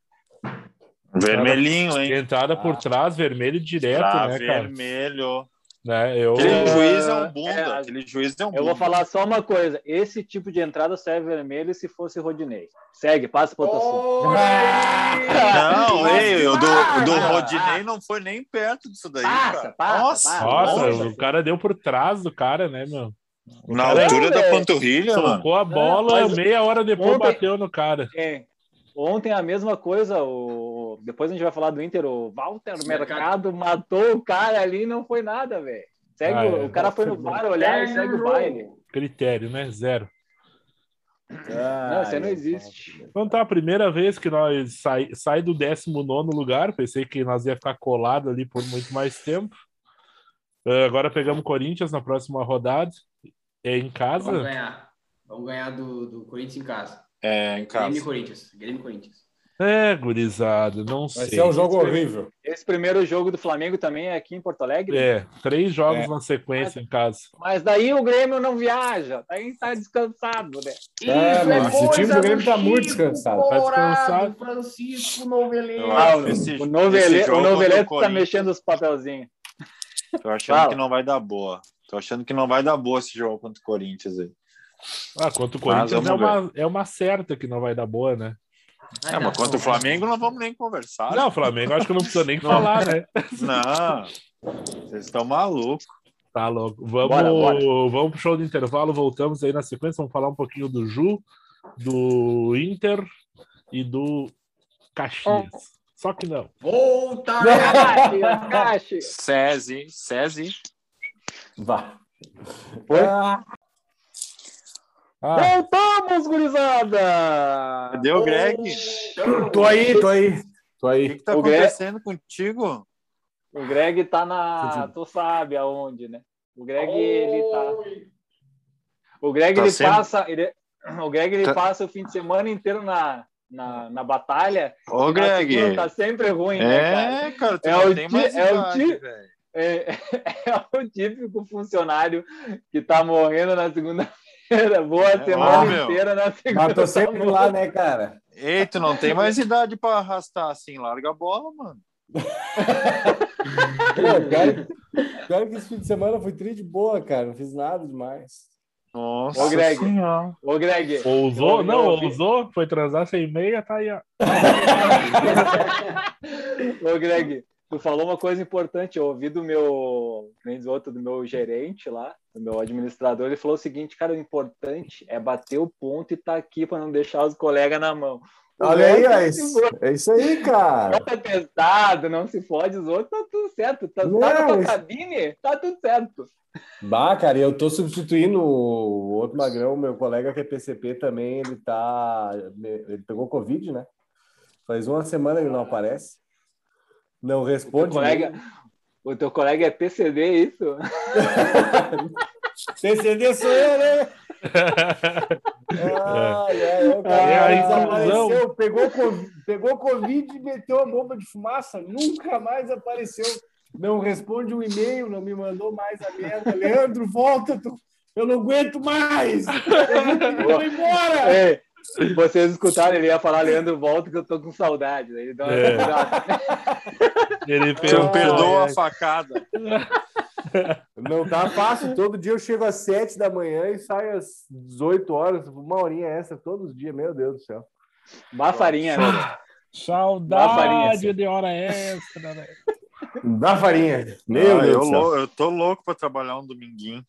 Speaker 5: Vermelhinho, hein?
Speaker 4: Entrada por
Speaker 6: Ah.
Speaker 4: trás, vermelho direto,
Speaker 5: Tá
Speaker 4: né, cara?
Speaker 5: vermelho.
Speaker 4: Né, eu...
Speaker 5: Aquele
Speaker 8: É,
Speaker 5: juiz é um
Speaker 8: é,
Speaker 5: bunda. Aquele juiz é um bunda.
Speaker 8: Eu vou falar só uma coisa. Esse tipo de entrada só é vermelho se fosse Rodinei. Segue, passa para outro assunto.
Speaker 5: Não, ei, o do, o do
Speaker 8: Ah,
Speaker 5: Rodinei não foi nem perto disso daí.
Speaker 8: Passa,
Speaker 5: cara.
Speaker 8: passa,
Speaker 5: Nossa,
Speaker 8: passa.
Speaker 4: Nossa,
Speaker 8: Nossa.
Speaker 4: o cara deu por trás do cara, né, meu?
Speaker 5: na
Speaker 4: cara-
Speaker 5: altura da
Speaker 8: velho.
Speaker 5: panturrilha, mano.
Speaker 4: Tocou a bola,
Speaker 8: mas-
Speaker 4: meia hora depois
Speaker 8: Ontem-
Speaker 4: bateu no cara.
Speaker 8: Ontem, É. ontem a mesma coisa. O... Depois a gente vai falar do Inter. O Walter Mercado matou o cara ali e não foi nada, velho. Segue,
Speaker 4: Ah,
Speaker 8: o-
Speaker 4: é.
Speaker 8: o cara foi no bar olhar e segue o baile.
Speaker 4: Critério, né? Zero.
Speaker 8: Não,
Speaker 4: Ah,
Speaker 8: isso aí
Speaker 4: é,
Speaker 8: não existe.
Speaker 4: Então tá, a primeira vez que nós sai, sai do 19 lugar, pensei que nós ia ficar colado ali por muito mais tempo. Ah, agora pegamos Corinthians na próxima rodada, é em
Speaker 7: Vamos
Speaker 4: casa.
Speaker 7: ganhar. Vamos ganhar do, do Corinthians em casa.
Speaker 5: É, em
Speaker 7: Grêmio e
Speaker 5: casa.
Speaker 7: Corinthians. Grêmio e Corinthians.
Speaker 4: É, gurizada, não
Speaker 6: Vai
Speaker 4: sei.
Speaker 6: ser um jogo horrível.
Speaker 8: Esse primeiro jogo do Flamengo também é aqui em Porto Alegre.
Speaker 4: É, três jogos na sequência em casa.
Speaker 8: Mas daí o Grêmio não viaja. Daí tá descansado, né?
Speaker 6: É,
Speaker 7: Isso
Speaker 6: mano, esse
Speaker 7: coisa
Speaker 6: time do Grêmio tá
Speaker 7: Chico
Speaker 6: muito descansado, tá
Speaker 7: Colorado,
Speaker 4: descansado.
Speaker 7: Francisco Noveleiro.
Speaker 5: Eu acho esse-
Speaker 8: O
Speaker 5: esse
Speaker 8: Noveleto,
Speaker 5: jogo
Speaker 8: o
Speaker 5: do
Speaker 8: Noveleto tá
Speaker 5: Corinthians,
Speaker 8: mexendo os papelzinhos.
Speaker 5: Tô achando
Speaker 8: Fala.
Speaker 5: que não vai dar boa. Tô achando que não vai dar boa esse jogo contra o Corinthians aí.
Speaker 4: Ah, contra o
Speaker 5: Mas
Speaker 4: Corinthians é
Speaker 5: vamos
Speaker 4: uma, é uma certa que não vai dar boa, né?
Speaker 8: Ah,
Speaker 7: Vai
Speaker 5: É,
Speaker 7: dar,
Speaker 5: mas contra o
Speaker 7: vai.
Speaker 5: Flamengo não vamos nem conversar.
Speaker 4: Não, Flamengo, acho que eu não preciso nem falar, né?
Speaker 5: Não. Vocês estão malucos.
Speaker 4: Tá louco. Vamos,
Speaker 8: Bora, bora.
Speaker 4: vamos pro show do intervalo, voltamos aí na sequência, vamos falar um pouquinho do Ju, do Inter e do Caxias. Só que não.
Speaker 7: Voltaremos.
Speaker 8: Caixa.
Speaker 5: Sese, Sese.
Speaker 6: Vá.
Speaker 4: Ah,
Speaker 8: Voltamos, gurizada!
Speaker 5: Cadê o Greg?
Speaker 6: Tô aí, tô aí.
Speaker 5: O que,
Speaker 6: Tô aí.
Speaker 5: que tá
Speaker 8: O Greg-
Speaker 5: acontecendo contigo?
Speaker 8: O Greg tá na. Tu sabe aonde, né? O Greg, ele tá. O Greg,
Speaker 5: Tá
Speaker 8: ele
Speaker 5: sendo-
Speaker 8: passa. ele- O Greg, ele
Speaker 5: Tá-
Speaker 8: passa o fim de semana inteiro na, na, na batalha.
Speaker 5: Ô,
Speaker 8: Na segunda
Speaker 5: Greg.
Speaker 8: Tá sempre ruim, né, cara?
Speaker 5: É, cara, tu
Speaker 8: É
Speaker 5: não
Speaker 8: o
Speaker 5: tem
Speaker 8: ti-
Speaker 5: mais
Speaker 8: é o
Speaker 5: idade,
Speaker 8: ti-
Speaker 5: velho.
Speaker 8: É, é o típico funcionário que tá morrendo na segunda-feira, boa semana
Speaker 5: É, ó, meu.
Speaker 8: inteira na segunda.
Speaker 6: Mas tô sempre lá, né, cara?
Speaker 5: Ei, tu não tem mais idade pra arrastar assim. Larga a bola, mano.
Speaker 6: Pô, cara, pior que esse fim de semana foi tri de boa, cara. Não fiz nada demais.
Speaker 5: Nossa
Speaker 8: Ô, Greg.
Speaker 5: Senhora.
Speaker 8: Ô, Greg,
Speaker 4: ousou?
Speaker 8: Eu-
Speaker 4: Não,
Speaker 8: eu-
Speaker 4: ousou, foi transar sem meia, tá aí, ó.
Speaker 8: ô, Greg, tu falou uma coisa importante. Eu ouvi do meu, nem do outro, do meu gerente lá, do meu administrador, ele falou o seguinte, cara, o importante é bater o ponto e tá aqui pra não deixar os colegas na mão. O
Speaker 6: Olha aí,
Speaker 8: Greg
Speaker 6: ó.
Speaker 8: se
Speaker 6: isso- É isso aí, cara.
Speaker 8: bota testado, tá não se fode os outros, tá tudo certo. Tá, tá na
Speaker 6: Não,
Speaker 8: tua
Speaker 6: isso-
Speaker 8: cabine, tá tudo certo.
Speaker 6: Bah, cara, e eu tô substituindo o outro magrão, meu colega que é PCP também, ele tá. Ele pegou Covid, né? Faz uma semana ele não aparece. Não
Speaker 8: O
Speaker 6: responde.
Speaker 8: colega, o teu colega é PCD, é isso?
Speaker 6: CCD sou eu, né? Ai, ai, o cara
Speaker 4: É a
Speaker 6: desapareceu,
Speaker 4: inclusão.
Speaker 6: pegou, COVID, pegou Covid e meteu a bomba de fumaça, nunca mais apareceu. Não responde um e-mail, não me mandou mais a merda. Leandro, volta, tu- eu não aguento mais! Eu vou embora!
Speaker 8: É, vocês escutaram, ele ia falar, Leandro, volta que eu tô com saudade. Ele dá uma
Speaker 4: É.
Speaker 8: risada.
Speaker 4: Ele
Speaker 5: Tu
Speaker 4: pensou,
Speaker 5: perdoa
Speaker 4: é,
Speaker 5: a facada.
Speaker 6: Não tá fácil. Todo dia eu chego às 7 da manhã e saio às 18 horas. Uma horinha essa, todos os dias, meu Deus do céu.
Speaker 8: Uma farinha, né?
Speaker 4: Saudade de hora extra, né?
Speaker 6: Dá farinha.
Speaker 5: Ah, eu, lou- eu tô louco pra trabalhar um dominguinho.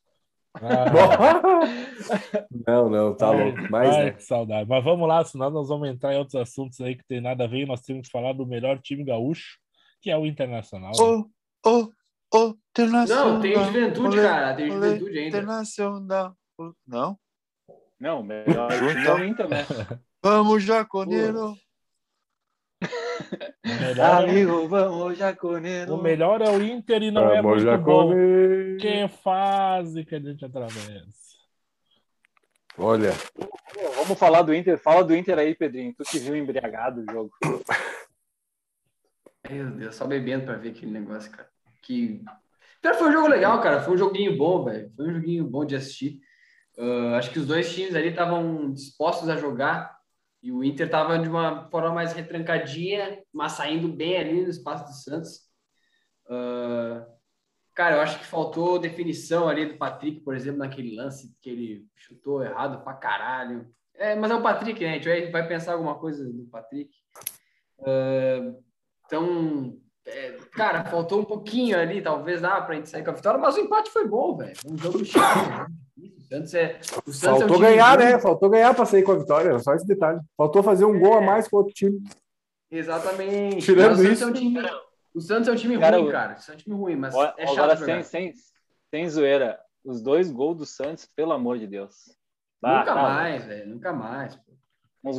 Speaker 6: Não, não, Ah. tá louco. Mas
Speaker 4: Ai,
Speaker 6: né,
Speaker 4: que saudade. Mas vamos lá, senão nós vamos entrar em outros assuntos aí que tem nada a ver. Nós temos que falar do melhor time gaúcho, que é o Internacional. né?
Speaker 5: Ô, ô, ô, Internacional.
Speaker 7: Não, tem juventude, cara. Tem juventude ainda.
Speaker 5: Internacional. Não?
Speaker 8: Não, melhor
Speaker 5: Junta.
Speaker 8: é o Inter, né?
Speaker 5: Vamos, Jaconeiro.
Speaker 4: O melhor, é,
Speaker 8: Amigo, vamos, Jaconeiro.
Speaker 4: o melhor é o Inter e não é
Speaker 6: amor,
Speaker 4: muito
Speaker 6: já
Speaker 4: bom.
Speaker 6: comi.
Speaker 4: Que fase que a gente atravessa.
Speaker 6: Olha,
Speaker 8: Vamos falar do Inter. Fala do Inter aí, Pedrinho. Tu que viu embriagado o jogo.
Speaker 7: Meu Deus, só bebendo pra ver aquele negócio, cara. Que Pior que foi um jogo legal, cara. Foi um joguinho bom, velho. Foi um joguinho bom de assistir. Ah, acho que os dois times ali estavam dispostos a jogar e o Inter tava de uma forma mais retrancadinha, mas saindo bem ali no espaço do Santos. Ah, cara, eu acho que faltou definição ali do Patrick, por exemplo, naquele lance que ele chutou errado pra caralho. É, mas é o Patrick, né? A gente vai- vai pensar alguma coisa do Patrick. Ah, então, é, cara, faltou um pouquinho ali, talvez, ah, pra gente sair com a vitória, mas o empate foi bom, velho. Foi Um jogo chato. né? O Santos é. O Santos é um
Speaker 6: Faltou
Speaker 7: time
Speaker 6: ganhar,
Speaker 7: bom.
Speaker 6: né? Faltou ganhar pra sair com a vitória. Só esse detalhe. Faltou fazer um gol a mais com outro time.
Speaker 7: Exatamente.
Speaker 6: Tirando
Speaker 7: Mas o Santos
Speaker 6: isso-
Speaker 7: é um time, o Santos é um time
Speaker 8: Cara,
Speaker 7: ruim,
Speaker 8: o-
Speaker 7: cara. O Santos é um time ruim, mas
Speaker 8: Olha,
Speaker 7: é chato
Speaker 8: Agora,
Speaker 7: jogar.
Speaker 8: sem, sem, sem zoeira, os dois gols do Santos, pelo amor de Deus. Ah,
Speaker 7: Nunca
Speaker 8: tá,
Speaker 7: mais, velho. Nunca mais.
Speaker 8: Uns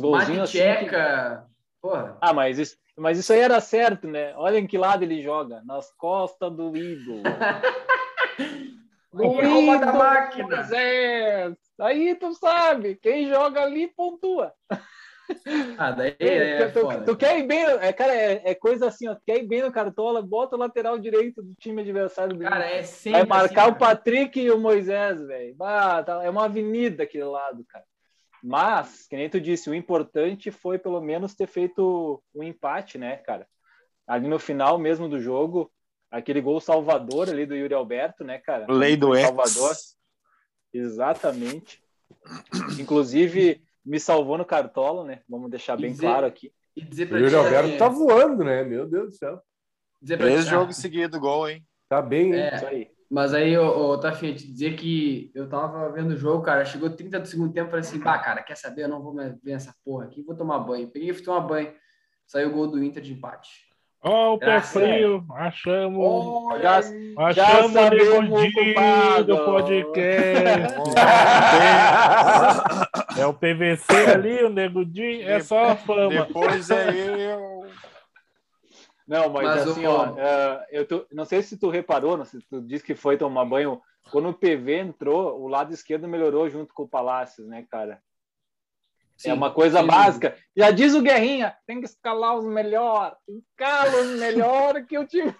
Speaker 7: Mate
Speaker 8: golzinhos assim. que-
Speaker 7: Tcheca. Porra.
Speaker 8: Ah, mas isso, mas isso aí era certo, né? Olha em que lado ele joga. Nas costas do ídolo.
Speaker 7: O Roma da máquina.
Speaker 8: Pois é. Aí tu sabe, quem joga ali pontua.
Speaker 7: Ah, daí é,
Speaker 8: tu, tu-
Speaker 7: foda.
Speaker 8: tu quer ir bem, no- é, cara, é, é coisa assim, ó, tu quer ir bem no cartola, bota o lateral direito do time adversário do
Speaker 7: Cara, é sempre.
Speaker 8: Vai marcar
Speaker 7: assim,
Speaker 8: o
Speaker 7: cara.
Speaker 8: Patrick e o Moisés, velho. Bah, tá- É uma avenida aquele lado, cara. Mas, que nem tu disse, o importante foi pelo menos ter feito o empate, né, cara? Ali no final mesmo do jogo, aquele gol salvador ali do Yuri Alberto, né, cara?
Speaker 5: Lei do ex.
Speaker 8: Salvador. Exatamente. Inclusive, me salvou no cartola, né? Vamos deixar bem
Speaker 7: Dizer-
Speaker 8: claro aqui.
Speaker 7: E dizer
Speaker 6: O
Speaker 7: pra ti,
Speaker 6: Yuri Alberto
Speaker 7: assim,
Speaker 6: tá voando, né? Meu Deus do céu.
Speaker 7: dizer pra
Speaker 5: Três
Speaker 7: ti,
Speaker 5: jogos seguidos, gol, hein?
Speaker 6: Tá bem, hein?
Speaker 7: É,
Speaker 8: Isso aí.
Speaker 7: Mas aí, ô, ô, Tafinha, te dizer que eu tava vendo o jogo, cara, chegou 30 do segundo tempo, falei assim, bah, cara, quer saber? Eu não vou mais ver essa porra aqui, vou tomar banho. Peguei e fui tomar banho. Saiu o gol do Inter de empate.
Speaker 4: Ó, o pé
Speaker 7: Graças a
Speaker 4: frio, achamos.
Speaker 8: Já-
Speaker 4: achamos o
Speaker 8: sabemos o
Speaker 4: Negondinho
Speaker 8: culpado.
Speaker 4: do podcast. É o PVC ali, o Negudinho, é só a fama.
Speaker 5: Depois é eu.
Speaker 8: Não, mas,
Speaker 7: Mas
Speaker 8: assim,
Speaker 7: o-
Speaker 8: ó, é, eu tô- não sei se tu reparou, não sei se tu disse que foi tomar banho. Quando o PV entrou, o lado esquerdo melhorou junto com o Palácios, né, cara? é uma coisa
Speaker 7: sim.
Speaker 8: básica. Já diz o Guerrinha, tem que escalar os melhores. Escala os melhores que eu time.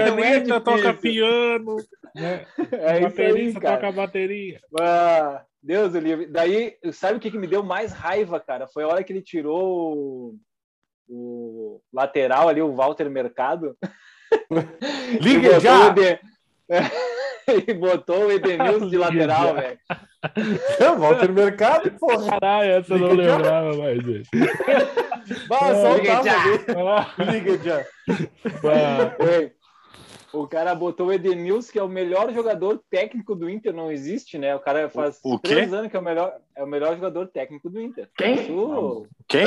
Speaker 4: O pianista
Speaker 8: difícil.
Speaker 4: toca piano, né?
Speaker 8: É isso aí,
Speaker 4: baterista
Speaker 8: cara.
Speaker 4: toca bateria.
Speaker 8: Ah, Deus do livre. Daí, sabe o que, que me deu mais raiva, cara? Foi a hora que ele tirou o, o lateral ali, o Walter Mercado. E
Speaker 6: Liga
Speaker 8: botou o
Speaker 6: já!
Speaker 8: Ede- e botou o Edenilson de
Speaker 4: Liga já.
Speaker 8: lateral, velho.
Speaker 6: Walter Mercado, porra.
Speaker 4: Caralho, essa eu não
Speaker 6: Liga já.
Speaker 4: lembrava mais. gente.
Speaker 6: Bah, só
Speaker 8: Liga
Speaker 6: tava
Speaker 8: já!
Speaker 6: ali.
Speaker 4: Vai lá.
Speaker 6: Liga já.
Speaker 4: Pá.
Speaker 8: Ei, O cara botou o Edenilson, que é o melhor jogador técnico do Inter, não existe, né? O cara faz
Speaker 5: O- o quê?
Speaker 8: três anos que é o melhor, é o melhor jogador técnico do Inter.
Speaker 7: Quem?
Speaker 8: Uh,
Speaker 5: Quem?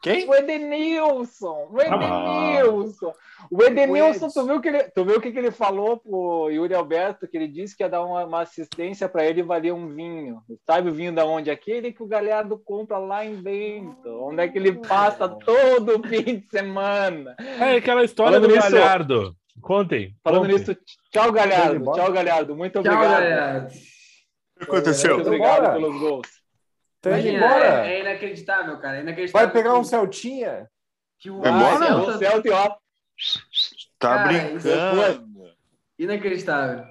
Speaker 5: Quem?
Speaker 8: o Edenilson! O
Speaker 5: Ah.
Speaker 8: Edenilson! O Edenilson,
Speaker 6: Edson.
Speaker 8: tu viu, que ele, tu viu o que, que ele falou pro Yuri Alberto? Que ele disse que ia dar uma, uma assistência pra ele e valia um vinho. Sabe o vinho da onde? Aquele que o Galhardo compra lá em Bento, onde é que ele passa
Speaker 6: Ah.
Speaker 8: todo fim de semana.
Speaker 4: É aquela história
Speaker 8: Falando
Speaker 4: do
Speaker 8: nisso-
Speaker 4: Galhardo. Contem.
Speaker 8: Falando
Speaker 4: contem.
Speaker 8: nisso, tchau, Galhardo.
Speaker 6: Vamos embora.
Speaker 8: Tchau, Galhardo. Muito
Speaker 7: Tchau,
Speaker 8: obrigado.
Speaker 7: galera.
Speaker 5: O que aconteceu?
Speaker 8: Muito obrigado
Speaker 6: Vambora.
Speaker 8: pelos gols.
Speaker 6: Tá indo
Speaker 7: Imagina,
Speaker 6: embora.
Speaker 7: É, é inacreditável, cara. É inacreditável.
Speaker 6: Vai pegar
Speaker 7: que-
Speaker 6: um Celtinha.
Speaker 7: que o
Speaker 5: Vai É embora?
Speaker 7: Celta-
Speaker 8: Ah, é o Celta, e ó,
Speaker 5: Tá
Speaker 7: Cara,
Speaker 5: é brincando.
Speaker 7: Inacreditável.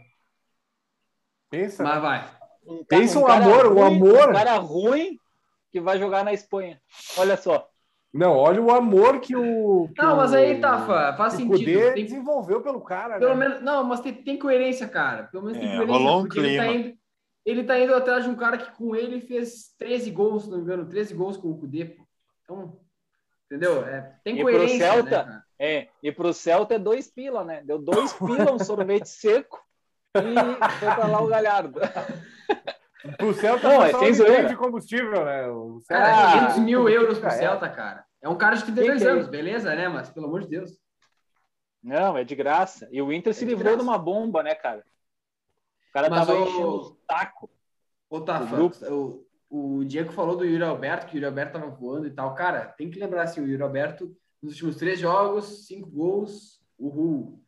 Speaker 6: Pensa.
Speaker 7: Mas vai.
Speaker 8: um cara-
Speaker 6: Pensa um
Speaker 8: cara
Speaker 6: amor, um
Speaker 8: ruim,
Speaker 6: amor.
Speaker 8: Um cara ruim que vai jogar na Espanha. Olha só.
Speaker 6: Não, olha o amor que o. Que
Speaker 7: Não, mas aí,
Speaker 6: o-
Speaker 7: Tafa, faz
Speaker 6: que O
Speaker 7: sentido.
Speaker 6: Cudê
Speaker 7: Tem que
Speaker 6: desenvolveu pelo cara.
Speaker 7: Pelo
Speaker 6: né?
Speaker 7: menos, não, mas tem, tem coerência, cara. Pelo menos tem
Speaker 5: É,
Speaker 7: coerência.
Speaker 5: rolou um
Speaker 7: porque ele tá
Speaker 5: clima.
Speaker 7: indo- Ele tá indo atrás de um cara que com ele fez 13 gols, se não me engano, 13 gols com o Kudê. pô. Então, entendeu? É, tem
Speaker 8: E pro
Speaker 7: coerência.
Speaker 8: Celta?
Speaker 7: né, cara?
Speaker 8: É, e pro Celta é dois pila, né? Deu dois pila, um sorvete seco e foi pra lá o Galhardo.
Speaker 6: Pro Celta
Speaker 8: Não,
Speaker 6: foi
Speaker 8: é
Speaker 6: só
Speaker 8: sem
Speaker 6: um
Speaker 8: zoeira.
Speaker 6: tanque de combustível, né? O
Speaker 7: Cara,
Speaker 8: Ah,
Speaker 7: 500 mil euros pro
Speaker 6: já era.
Speaker 7: Celta, cara. É um cara de 32
Speaker 8: Quem que é?
Speaker 7: anos, beleza, né? Mas pelo amor de Deus.
Speaker 8: Não, é de graça. E o Inter se
Speaker 7: de
Speaker 8: livrou de
Speaker 7: graça.
Speaker 8: uma bomba, né, cara? O cara
Speaker 7: Mas
Speaker 8: tava
Speaker 7: o-
Speaker 8: enchendo o taco.
Speaker 7: Ô, Tafa,
Speaker 8: O
Speaker 7: o, o Diego falou do Yuri Alberto, que o Yuri Alberto tava voando e tal. Cara, tem que lembrar assim, o Yuri Alberto, nos últimos três jogos, cinco gols, uhul.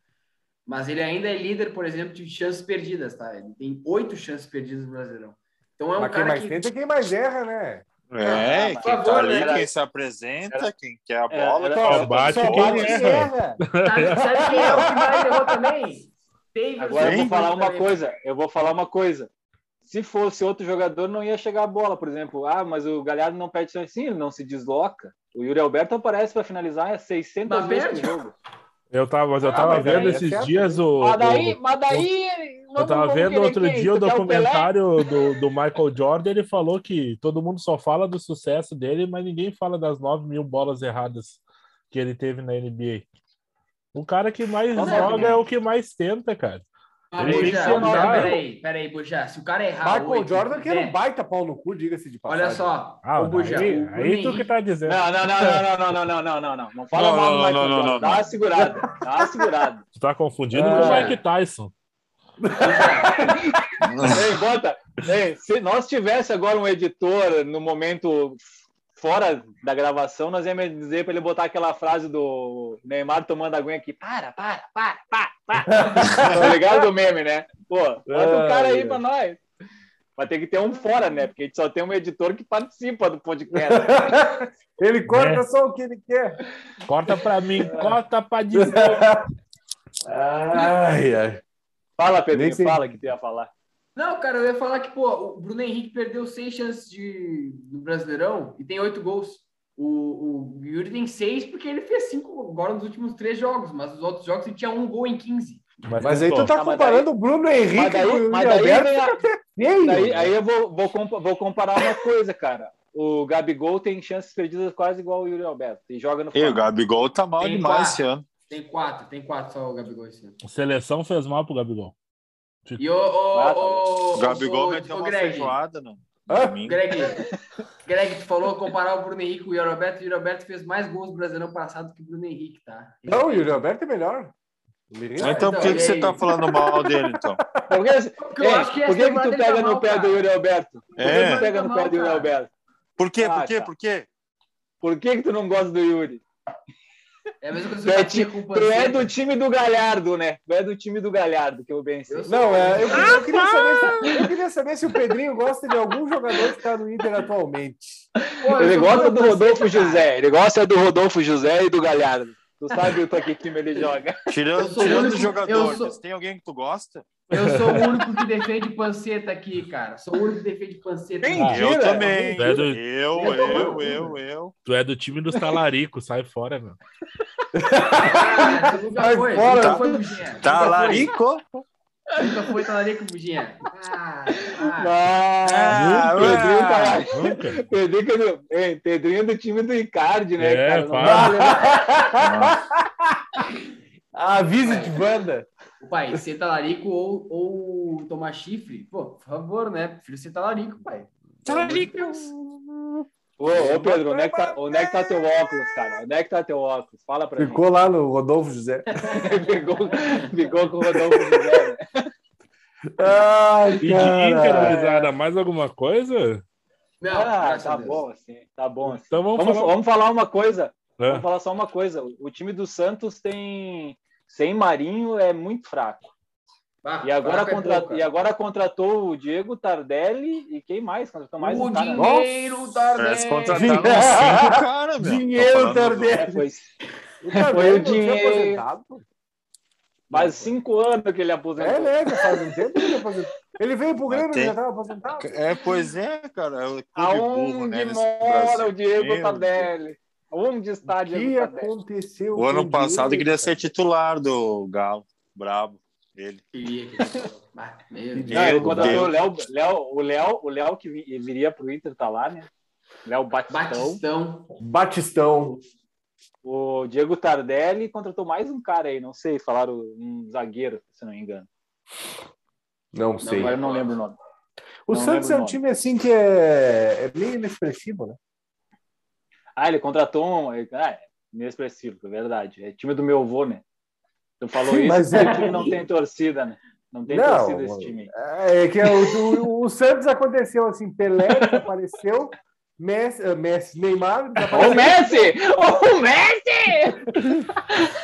Speaker 7: Mas ele ainda é líder, por exemplo, de chances perdidas, tá? Ele tem oito chances perdidas no Brasileirão. Então é um
Speaker 6: Mas quem
Speaker 7: cara
Speaker 6: mais
Speaker 7: que...
Speaker 6: tenta é quem mais erra, né?
Speaker 5: É, quem
Speaker 7: Por favor,
Speaker 5: tá ali,
Speaker 7: né?
Speaker 5: quem se apresenta, quem quer a
Speaker 8: Era-
Speaker 5: bola,
Speaker 8: era-
Speaker 5: quem
Speaker 4: Só bate
Speaker 6: Só
Speaker 4: quem
Speaker 6: bate e
Speaker 4: erra.
Speaker 6: erra.
Speaker 7: Sabe, sabe quem é o que mais errou também? um David
Speaker 8: Agora eu vou
Speaker 7: Silva
Speaker 8: falar uma
Speaker 7: também.
Speaker 8: coisa. Eu vou falar uma coisa. Se fosse outro jogador, não ia chegar a bola, por exemplo. Ah, mas o Galhardo não perde chance. Sim, ele não se desloca. O Yuri Alberto aparece para finalizar 600
Speaker 7: Mas
Speaker 8: vezes
Speaker 7: perde.
Speaker 8: no jogo.
Speaker 4: Eu tava, mas eu
Speaker 6: Ah,
Speaker 4: tava
Speaker 6: mas
Speaker 4: vendo
Speaker 6: aí é
Speaker 4: esses
Speaker 6: certo.
Speaker 4: dias o.
Speaker 8: Mas
Speaker 4: o-
Speaker 8: Ah, daí, mas daí...
Speaker 4: eu
Speaker 8: vamos-
Speaker 4: tava
Speaker 8: vamos
Speaker 4: vendo
Speaker 8: querer
Speaker 4: outro
Speaker 8: quem?
Speaker 4: dia o
Speaker 8: Tu quer Pelé?
Speaker 4: documentário do, do Michael Jordan. Ele falou que todo mundo só fala do sucesso dele, mas ninguém fala das 9 mil bolas erradas que ele teve na NBA. O cara que mais
Speaker 8: Não,
Speaker 4: joga
Speaker 7: não.
Speaker 4: é o que mais tenta, cara.
Speaker 7: Ah,
Speaker 4: Ele
Speaker 7: Bujá,
Speaker 4: tem que
Speaker 7: Bujá,
Speaker 4: andar.
Speaker 7: peraí, peraí, Bujá. Se o cara errar.
Speaker 6: Michael
Speaker 7: oito,
Speaker 6: Jordan, que era
Speaker 7: né?
Speaker 6: um baita pau no cu, diga-se de passagem.
Speaker 7: Olha só.
Speaker 4: Ah,
Speaker 7: o Bujá.
Speaker 4: aí,
Speaker 7: o
Speaker 4: aí tu
Speaker 7: Bruno
Speaker 4: que tá dizendo.
Speaker 8: Não, não, não, não, não, não, não, não, não, não. Não fala
Speaker 5: Não,
Speaker 8: mal
Speaker 5: não,
Speaker 8: do
Speaker 5: não,
Speaker 8: Michael
Speaker 5: não,
Speaker 8: Jordan.
Speaker 5: não,
Speaker 8: Dá uma segurada, dá uma segurada.
Speaker 4: Tu tá confundindo
Speaker 6: Ah.
Speaker 4: com o Mike Tyson.
Speaker 8: Ei, bota. Ei, se nós tivesse agora um editor no momento fora da gravação, nós íamos dizer para ele botar aquela frase do Neymar tomando aguinha aqui. Para, para, para, para, para. tá ligado o meme, né? Pô, bota o cara aí pra nós. Vai ter que ter um fora, né? Porque a gente só tem um editor que participa do podcast.
Speaker 6: Ele corta
Speaker 5: Né?
Speaker 4: É.
Speaker 6: só o que ele quer.
Speaker 4: Corta pra mim, corta pra dizer.
Speaker 6: Ai, ai.
Speaker 8: Fala,
Speaker 6: Nem
Speaker 8: Pedrinho,
Speaker 6: sei.
Speaker 8: fala o que tu ia falar.
Speaker 7: Não, cara, eu ia falar que, pô, o Bruno Henrique perdeu seis chances de... no Brasileirão e tem oito gols. O, o Yuri tem seis porque ele fez cinco agora nos últimos três jogos, mas os outros jogos ele tinha um gol em 15.
Speaker 6: Mas aí tu
Speaker 8: Ah,
Speaker 6: tá
Speaker 8: mas daí-
Speaker 6: comparando o Bruno Henrique
Speaker 8: Mas daí,
Speaker 6: com o
Speaker 8: mas
Speaker 6: Yuri
Speaker 8: daí
Speaker 6: Alberto.
Speaker 8: vem a-
Speaker 6: Feio.
Speaker 8: Daí, aí eu vou, vou, compa- vou comparar uma coisa, cara. O Gabigol tem chances perdidas quase igual o Yuri Alberto. E joga
Speaker 5: E
Speaker 8: no
Speaker 5: o
Speaker 8: Flamengo.
Speaker 5: Gabigol tá mal
Speaker 7: Tem
Speaker 5: demais
Speaker 7: quatro.
Speaker 5: esse ano.
Speaker 7: Tem quatro, tem quatro só o Gabigol esse ano.
Speaker 4: Seleção fez mal pro Gabigol.
Speaker 7: E o. o, o,
Speaker 5: O Gabigol meteu
Speaker 7: o, o
Speaker 5: uma
Speaker 7: Greg,
Speaker 5: feijoada, né?
Speaker 6: Hã?
Speaker 5: Domingo.
Speaker 7: Greg, Greg, tu falou comparar o Bruno Henrique com o Yuri Alberto. O Yuri Alberto fez mais gols no Brasileirão passado que o Bruno Henrique, tá?
Speaker 6: Não, o Yuri Alberto é melhor. é Ele ri.
Speaker 5: Então por que, que
Speaker 7: Então, e
Speaker 5: você
Speaker 7: aí?
Speaker 5: tá falando mal dele, então?
Speaker 8: Por que,
Speaker 7: Porque eu
Speaker 8: Ei,
Speaker 7: acho que essa
Speaker 8: por que, que
Speaker 7: temporada
Speaker 8: tu
Speaker 7: ele tá
Speaker 8: pega
Speaker 7: mal,
Speaker 8: no pé
Speaker 7: cara. tá
Speaker 8: do Yuri Alberto? Por que
Speaker 5: É.
Speaker 8: tu pega no pé do Yuri
Speaker 7: Cara.
Speaker 8: Alberto?
Speaker 5: Por quê?
Speaker 8: Ah,
Speaker 5: Por quê?
Speaker 8: tá.
Speaker 5: Por quê?
Speaker 8: Por que, que tu não gosta do Yuri?
Speaker 7: É a mesma coisa
Speaker 8: Tu é,
Speaker 7: que
Speaker 8: ti-
Speaker 7: eu com o
Speaker 8: tu é
Speaker 7: Panceta.
Speaker 8: do time do Galhardo, né? Tu é do time do Galhardo, que eu bem sei.
Speaker 7: Eu sou
Speaker 6: Não, é, eu,
Speaker 7: Corinthians.
Speaker 6: eu queria saber se, eu queria saber se o Pedrinho gosta de algum jogador que tá no Inter atualmente.
Speaker 7: Pô, eu
Speaker 8: Ele
Speaker 7: sou
Speaker 8: gosta do
Speaker 7: Panceta,
Speaker 8: Rodolfo
Speaker 7: cara.
Speaker 8: José. Ele gosta do Rodolfo José e do Galhardo. Tu sabe pra que time ele joga.
Speaker 7: Eu
Speaker 5: Tirando,
Speaker 7: sou o
Speaker 5: tirando
Speaker 7: único-
Speaker 5: os
Speaker 7: eu
Speaker 5: jogadores,
Speaker 7: sou-
Speaker 5: tem alguém que tu gosta?
Speaker 7: Eu sou o único que defende panceta aqui, cara. Sou o único que defende panceta.
Speaker 8: Quem?
Speaker 7: Ah,
Speaker 5: eu também.
Speaker 4: É do-
Speaker 5: Eu, eu, eu, eu.
Speaker 4: Tu é do time dos talaricos, sai fora, meu.
Speaker 7: cara, tu nunca
Speaker 6: Sai
Speaker 7: foi,
Speaker 6: fora.
Speaker 7: nunca foi Buginha.
Speaker 5: Tá
Speaker 7: nunca foi,
Speaker 5: larico?
Speaker 7: Nunca foi talarico, Buginha. Ah, ah.
Speaker 8: Ah,
Speaker 5: Ah,
Speaker 8: Pedrinho tá-
Speaker 4: Nunca.
Speaker 8: Pedrinho, que eu- Ei, Pedrinho é do time do Icardi, né,
Speaker 4: É,
Speaker 8: cara? Não
Speaker 4: para.
Speaker 8: dá pra levar-
Speaker 6: Avisa de banda.
Speaker 7: O pai, ser talarico ou, ou tomar chifre? Pô, por favor, né? Prefiro ser talarico, pai. Talarico.
Speaker 8: Ô, ô Pedro, onde é, que tá, onde é que tá teu óculos, cara? Onde é que tá teu óculos? Fala pra
Speaker 6: Ficou lá no Rodolfo José.
Speaker 8: mim. Ficou, ficou com o Rodolfo José. né?
Speaker 6: Ai,
Speaker 4: E de
Speaker 6: cara.
Speaker 4: interiorizada, mais alguma coisa?
Speaker 7: Não,
Speaker 8: Ah,
Speaker 7: graças a
Speaker 8: tá
Speaker 7: Deus.
Speaker 8: bom assim, tá bom assim.
Speaker 4: Então vamos,
Speaker 8: Vamos,
Speaker 4: falar.
Speaker 8: vamos falar uma coisa,
Speaker 4: Ah,
Speaker 8: vamos falar só uma coisa. O time do Santos tem... Sem Marinho é muito fraco.
Speaker 7: Ah,
Speaker 8: E agora,
Speaker 7: fraco é
Speaker 8: contra-
Speaker 7: bom, cara.
Speaker 8: e agora contratou o Diego Tardelli e quem mais? Contratou mais
Speaker 7: o
Speaker 8: um cara. né?
Speaker 7: dinheiro da
Speaker 5: Parece contrataram
Speaker 7: Argentina.
Speaker 5: uns cinco cara, meu.
Speaker 6: Dinheiro,
Speaker 5: Tô falando
Speaker 6: Tardelli.
Speaker 5: do-
Speaker 8: É, foi-
Speaker 6: Tá
Speaker 8: Foi o
Speaker 6: vendo? Não tinha
Speaker 8: dinheiro.
Speaker 6: aposentado,
Speaker 8: tá
Speaker 6: pô.
Speaker 8: Faz cinco anos que ele aposentou.
Speaker 6: É, né? Já faz um tempo que ele aposentou. Ele veio pro Grêmio,
Speaker 5: Mas tem-
Speaker 6: já tava aposentado.
Speaker 5: É, pois é, cara. É o clube burro, né,
Speaker 8: Aonde
Speaker 5: nesse
Speaker 8: mora
Speaker 5: Brasil.
Speaker 8: o Diego
Speaker 5: Meu
Speaker 8: Tardelli? Onde está
Speaker 6: O
Speaker 8: Diego
Speaker 6: que
Speaker 8: Tardelli?
Speaker 6: aconteceu?
Speaker 5: O ano
Speaker 6: com
Speaker 5: passado
Speaker 6: ele,
Speaker 5: queria
Speaker 6: cara?
Speaker 5: ser titular do Galo. Brabo. Ele.
Speaker 7: Queria, queria. Ah, meu
Speaker 8: Não, ele
Speaker 5: Diego,
Speaker 8: contratou
Speaker 5: Diego.
Speaker 8: o Léo, Léo, o Léo, o Léo que vi- viria para o Inter tá lá, né? Léo Batistão.
Speaker 7: Batistão.
Speaker 6: Batistão.
Speaker 8: O Diego Tardelli contratou mais um cara aí, não sei, falaram um zagueiro, se não me engano.
Speaker 6: Não sei.
Speaker 8: Agora eu não lembro o nome.
Speaker 6: o
Speaker 8: não lembro
Speaker 6: Santos é
Speaker 8: o
Speaker 6: um
Speaker 8: nome.
Speaker 6: time assim que é, é meio inexpressivo, né?
Speaker 8: Ah, ele contratou um. Ah, é inexpressivo, é verdade. É time do meu avô, né? Tu falou
Speaker 6: Sim,
Speaker 8: isso,
Speaker 6: mas
Speaker 8: mas
Speaker 6: é-
Speaker 8: o time não tem torcida, né? Não tem
Speaker 6: Não,
Speaker 8: torcida esse
Speaker 6: mano.
Speaker 8: time.
Speaker 6: É que o, o- o Santos aconteceu assim, Pelé desapareceu, Messi, eh, Messi Neymar
Speaker 8: Ô
Speaker 6: desapareceu.
Speaker 8: Messi! Ô Messi!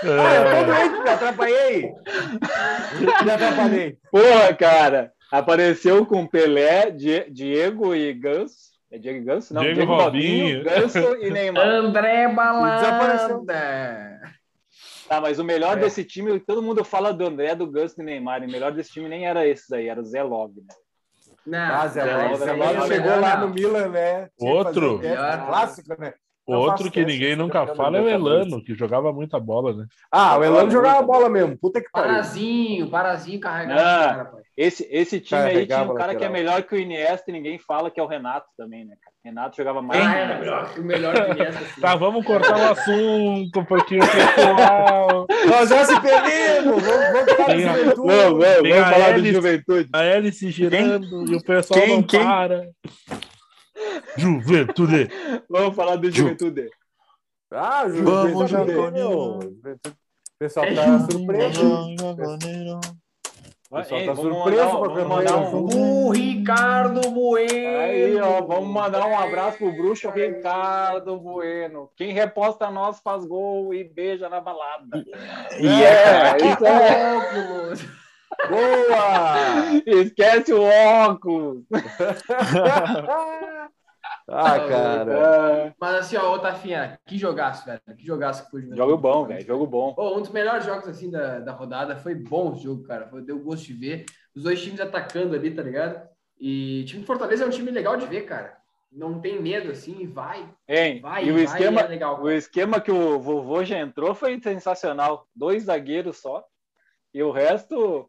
Speaker 6: Ah, eu tô
Speaker 4: é,
Speaker 6: doente, me atrapalhei. Me atrapalhei.
Speaker 8: Porra, cara! Apareceu com Pelé, Die- Diego e Ganso. É Diego Ganso? Não,
Speaker 4: Diego Robinho.
Speaker 8: Ganso e Neymar.
Speaker 7: André
Speaker 8: Desapareceu.
Speaker 7: Balada.
Speaker 8: Tá, mas o melhor
Speaker 7: É.
Speaker 8: desse time, todo mundo fala do André, do Ganso e Neymar. E o melhor desse time nem era esse daí, era o Zé Love. Né?
Speaker 7: Não,
Speaker 6: Ah, Zé
Speaker 8: Zé
Speaker 6: Love,
Speaker 8: Love
Speaker 6: Zé
Speaker 8: é
Speaker 6: Love
Speaker 8: melhor,
Speaker 6: chegou lá
Speaker 7: não.
Speaker 6: no Milan, né? Tinha que
Speaker 4: Outro.
Speaker 6: fazer o teste,
Speaker 7: Melhor.
Speaker 6: Clássico, né? Não
Speaker 4: Outro
Speaker 6: faço
Speaker 4: que
Speaker 6: teste,
Speaker 4: ninguém
Speaker 6: tô
Speaker 4: nunca
Speaker 6: tentando
Speaker 4: fala é o
Speaker 6: lembrar também.
Speaker 4: Elano, que jogava muita bola, né?
Speaker 6: Ah, o Elano jogava bola mesmo. Puta que pariu.
Speaker 7: Parazinho, parazinho carregado.
Speaker 8: Ah.
Speaker 7: cara, pai.
Speaker 8: Esse, esse time
Speaker 6: Cara,
Speaker 8: aí tinha
Speaker 6: pegava
Speaker 8: um cara que é
Speaker 6: lateral.
Speaker 8: melhor que o Iniesta e ninguém fala, que é o Renato também, né? cara? Renato jogava mais.
Speaker 7: Ah, era melhor, o melhor que Iniesta, assim.
Speaker 4: Tá, vamos cortar o assunto, porque o pessoal.
Speaker 6: Nós já se perdemos. Vamos, vamos falar de
Speaker 4: Tem a-
Speaker 6: juventude.
Speaker 4: Tem a hélice.
Speaker 8: juventude.
Speaker 4: A hélice girando e o pessoal
Speaker 5: Quem?
Speaker 4: não
Speaker 5: Quem?
Speaker 4: para. Juventude.
Speaker 8: Vamos falar do juventude.
Speaker 6: Ah, juventude.
Speaker 5: Vamos,
Speaker 6: também,
Speaker 5: Jaconino.
Speaker 6: meu. Juventude. O pessoal
Speaker 7: É
Speaker 6: tá surpreso.
Speaker 8: Vai,
Speaker 6: pessoal
Speaker 8: hein,
Speaker 6: tá
Speaker 8: vamos
Speaker 6: surpreso
Speaker 8: mandar,
Speaker 6: com a
Speaker 8: um- vamos mandar
Speaker 6: campanha.
Speaker 8: um,
Speaker 7: O Ricardo
Speaker 8: Aí,
Speaker 7: Bueno.
Speaker 8: ó, vamos mandar um abraço pro bruxo Ricardo Bueno. Quem reposta nós faz gol e beija na balada.
Speaker 4: é,
Speaker 6: É, isso
Speaker 7: Óculos.
Speaker 6: Boa!
Speaker 8: Esquece o óculos. Tá
Speaker 6: Ah, cara.
Speaker 8: É,
Speaker 7: Mas assim, ó, ô Tafinha, que jogaço, velho. Que jogaço que foi o Juventude.
Speaker 8: jogo bom, velho. Jogo bom.
Speaker 7: Ô, um dos melhores jogos assim da, da rodada. Foi bom o jogo, cara. Foi, deu gosto de ver. Os dois times atacando ali, tá ligado? E o time do Fortaleza é um time legal de ver, cara. Não tem medo, assim, e vai,
Speaker 8: Hein?
Speaker 7: vai,
Speaker 8: e o
Speaker 7: vai,
Speaker 8: esquema,
Speaker 7: é legal.
Speaker 8: o esquema que o vovô já entrou foi sensacional. Dois zagueiros só. E o resto,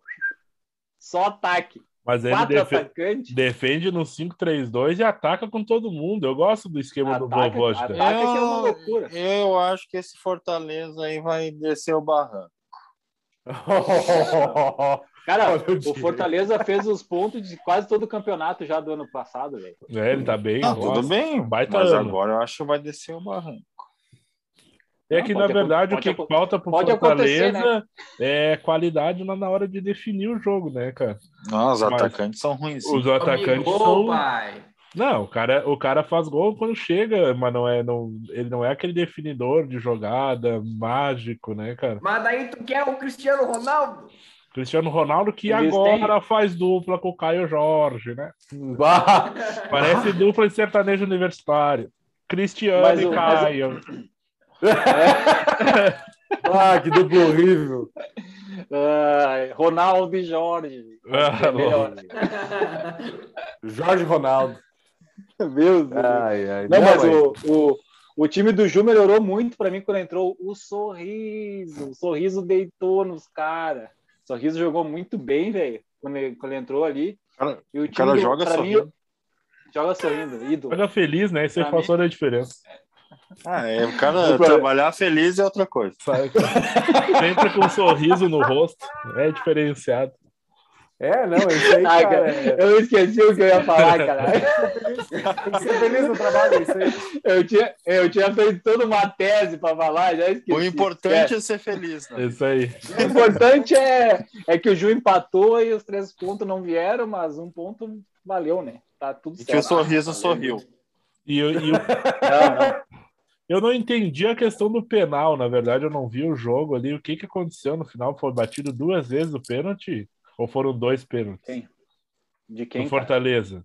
Speaker 8: só ataque.
Speaker 4: Mas ele
Speaker 8: Quatro
Speaker 4: defe-
Speaker 8: atacantes.
Speaker 4: defende no 5-3-2 e ataca com todo mundo. Eu gosto do esquema do
Speaker 8: Ataca,
Speaker 4: vovô. cara.
Speaker 8: ataca. que é uma loucura.
Speaker 5: Eu acho que esse Fortaleza aí vai descer o barranco.
Speaker 8: Cara,
Speaker 6: Olha o
Speaker 8: o
Speaker 6: time.
Speaker 8: Fortaleza fez os pontos de quase todo o campeonato já do ano passado, velho.
Speaker 4: É, ele tá bem.
Speaker 5: Ah,
Speaker 4: gosto.
Speaker 5: tudo bem,
Speaker 4: Baita
Speaker 5: mas
Speaker 4: ano.
Speaker 5: agora eu acho que vai descer o barranco.
Speaker 4: É que,
Speaker 8: Não,
Speaker 4: na
Speaker 8: pode acon-
Speaker 4: verdade, o
Speaker 8: pode
Speaker 4: que
Speaker 8: acon-
Speaker 4: falta pro
Speaker 8: pode acontecer, né?
Speaker 4: Fortaleza é qualidade na na hora de definir o jogo, né, cara?
Speaker 5: Não, os
Speaker 4: Mas-
Speaker 5: atacantes são ruins. sim.
Speaker 4: Os atacantes
Speaker 7: Gabigol,
Speaker 4: são.
Speaker 7: pai.
Speaker 4: Não, o cara, o cara faz gol quando chega, mas não é, não, ele não é aquele definidor de jogada mágico, né, cara?
Speaker 7: Mas daí tu quer o Cristiano Ronaldo?
Speaker 4: Cristiano Ronaldo que
Speaker 8: Eles
Speaker 4: agora faz dupla com o Caio Jorge, né?
Speaker 6: Bah.
Speaker 8: Ah.
Speaker 4: Parece dupla de sertanejo universitário. Cristiano
Speaker 8: Mas
Speaker 4: e
Speaker 8: o- mas o-
Speaker 4: Caio.
Speaker 6: Ah, que duplo horrível.
Speaker 8: Ah, Ronaldo e Jorge.
Speaker 4: Ah,
Speaker 8: É Melhor.
Speaker 6: Jorge Ronaldo.
Speaker 8: Meu Deus.
Speaker 6: Ai, ai.
Speaker 8: Não, mas
Speaker 6: mãe.
Speaker 8: o, o, o time do Ju melhorou muito pra mim quando entrou o Sorriso. O Sorriso deitou nos caras. O Sorriso jogou muito bem, velho, quando, ele- quando ele entrou ali.
Speaker 5: Cara,
Speaker 8: E o time
Speaker 5: cara
Speaker 8: do-
Speaker 5: joga
Speaker 8: pra mim,
Speaker 5: sorrindo.
Speaker 8: joga sorrindo, ídolo.
Speaker 4: Joga feliz, né? Isso aí
Speaker 8: Pra
Speaker 4: faz toda a diferença.
Speaker 5: Ah, é, o cara trabalhar feliz é outra coisa.
Speaker 4: Sabe? Sempre com um sorriso no rosto. É diferenciado.
Speaker 6: É, não, é isso aí,
Speaker 8: Ai,
Speaker 6: cara.
Speaker 8: cara, eu esqueci o que eu ia falar, cara.
Speaker 6: Tem que ser feliz no trabalho, é isso aí.
Speaker 8: Eu tinha, eu tinha feito toda uma tese pra falar, já esqueci.
Speaker 5: O importante é ser feliz,
Speaker 4: É
Speaker 5: né?
Speaker 4: isso aí.
Speaker 8: O importante é, é que o Ju empatou e os três pontos não vieram, mas um ponto valeu, né? Tá tudo
Speaker 5: E
Speaker 8: certo.
Speaker 5: que o sorriso sorriu.
Speaker 4: E, eu- e eu-
Speaker 8: Não,
Speaker 4: eu não entendi a questão do penal, na verdade, eu não vi o jogo ali. O que, que aconteceu no final? Foi batido duas vezes o pênalti? Ou foram dois pênaltis?
Speaker 8: Quem? De
Speaker 4: Do
Speaker 8: quem? cara?
Speaker 4: Fortaleza.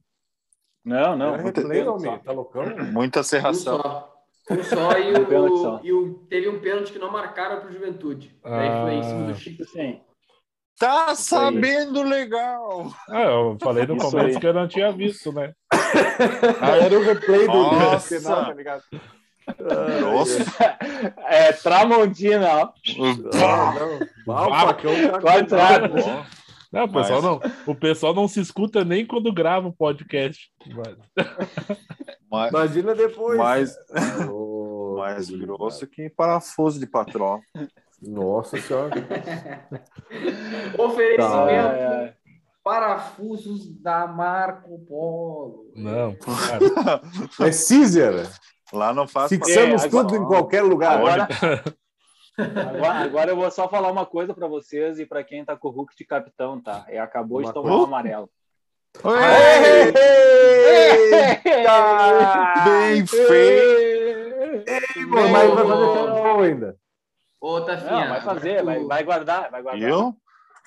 Speaker 8: Não,
Speaker 6: Não,
Speaker 8: não.
Speaker 6: é
Speaker 8: muito
Speaker 6: replay,
Speaker 8: pênalti
Speaker 6: homem. Tá loucão?
Speaker 5: Muita
Speaker 7: Um
Speaker 5: serração.
Speaker 7: só. Um só e,
Speaker 8: Um pênalti só.
Speaker 7: o, e o- teve um pênalti que não marcaram pro Juventude. Daí
Speaker 4: Ah.
Speaker 7: foi em cima do
Speaker 8: só. Tipo assim,
Speaker 7: Chico.
Speaker 8: Sim.
Speaker 5: Tá sabendo legal!
Speaker 4: Ah, eu falei no
Speaker 8: Isso
Speaker 4: começo
Speaker 8: aí.
Speaker 4: que eu não tinha visto, né?
Speaker 6: Ah, era o replay do
Speaker 5: Nossa.
Speaker 6: penal, tá ligado?
Speaker 5: Nossa!
Speaker 8: É Tramontina, ó.
Speaker 6: Ah, não. Ah, o facão tá
Speaker 8: Quadrado.
Speaker 4: Não, o pessoal, não, o pessoal não se escuta nem quando grava o podcast.
Speaker 5: Mais,
Speaker 6: Imagina depois.
Speaker 5: mais,
Speaker 6: Ô,
Speaker 5: mais
Speaker 6: Deus,
Speaker 5: grosso que parafuso de patrão.
Speaker 6: cara. Nossa senhora.
Speaker 7: Oferecimento
Speaker 8: É, é.
Speaker 7: parafusos da Marco Polo.
Speaker 4: Não, cara.
Speaker 6: É Cícera.
Speaker 5: Lá não faz
Speaker 6: Fixamos
Speaker 8: É,
Speaker 6: tudo em qualquer lugar.
Speaker 8: Agora, agora, agora eu vou só falar uma coisa pra vocês e pra quem tá com o Hulk de capitão, tá? É, acabou
Speaker 6: Uma
Speaker 8: de tomar
Speaker 6: coisa.
Speaker 8: um amarelo.
Speaker 5: Bem feio.
Speaker 6: Ei, mano, mas vai fazer até gol ainda.
Speaker 7: Ô, Tafinha.
Speaker 8: Não, vai fazer,
Speaker 7: agora
Speaker 8: vai,
Speaker 7: tu-
Speaker 8: vai guardar, vai guardar.
Speaker 5: Viu?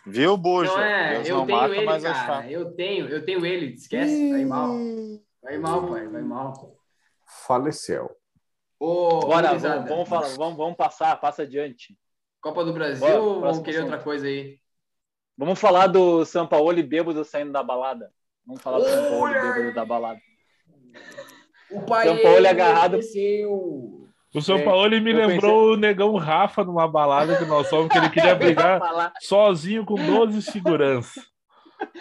Speaker 5: Viu, Buja?
Speaker 7: Não é,
Speaker 5: Deus
Speaker 7: eu
Speaker 5: não
Speaker 7: tenho
Speaker 5: mata,
Speaker 7: ele,
Speaker 5: mas é
Speaker 7: cara.
Speaker 5: chato.
Speaker 7: Eu tenho, eu tenho ele, esquece, tá aí mal. Vai mal, pai, vai mal.
Speaker 6: Faleceu.
Speaker 7: Ô,
Speaker 8: Bora,
Speaker 7: gurizada,
Speaker 8: vamos, vamos, falar, vamos, vamos passar, passa adiante.
Speaker 7: Copa do Brasil
Speaker 8: Bora,
Speaker 7: ou vamos
Speaker 8: próximo
Speaker 7: querer
Speaker 8: assunto.
Speaker 7: outra coisa aí?
Speaker 8: Vamos falar do Sampaoli bêbado saindo da balada. Vamos falar do
Speaker 7: Olha
Speaker 8: Sampaoli
Speaker 7: aí!
Speaker 8: bêbado da balada.
Speaker 7: O pai
Speaker 8: São Paulo agarrado.
Speaker 7: Aconteceu.
Speaker 4: O São
Speaker 8: É,
Speaker 4: Paulo me
Speaker 8: eu
Speaker 4: lembrou o negão Rafa numa balada que nós fomos, que ele queria brigar
Speaker 8: Falar.
Speaker 4: sozinho com 12 segurança.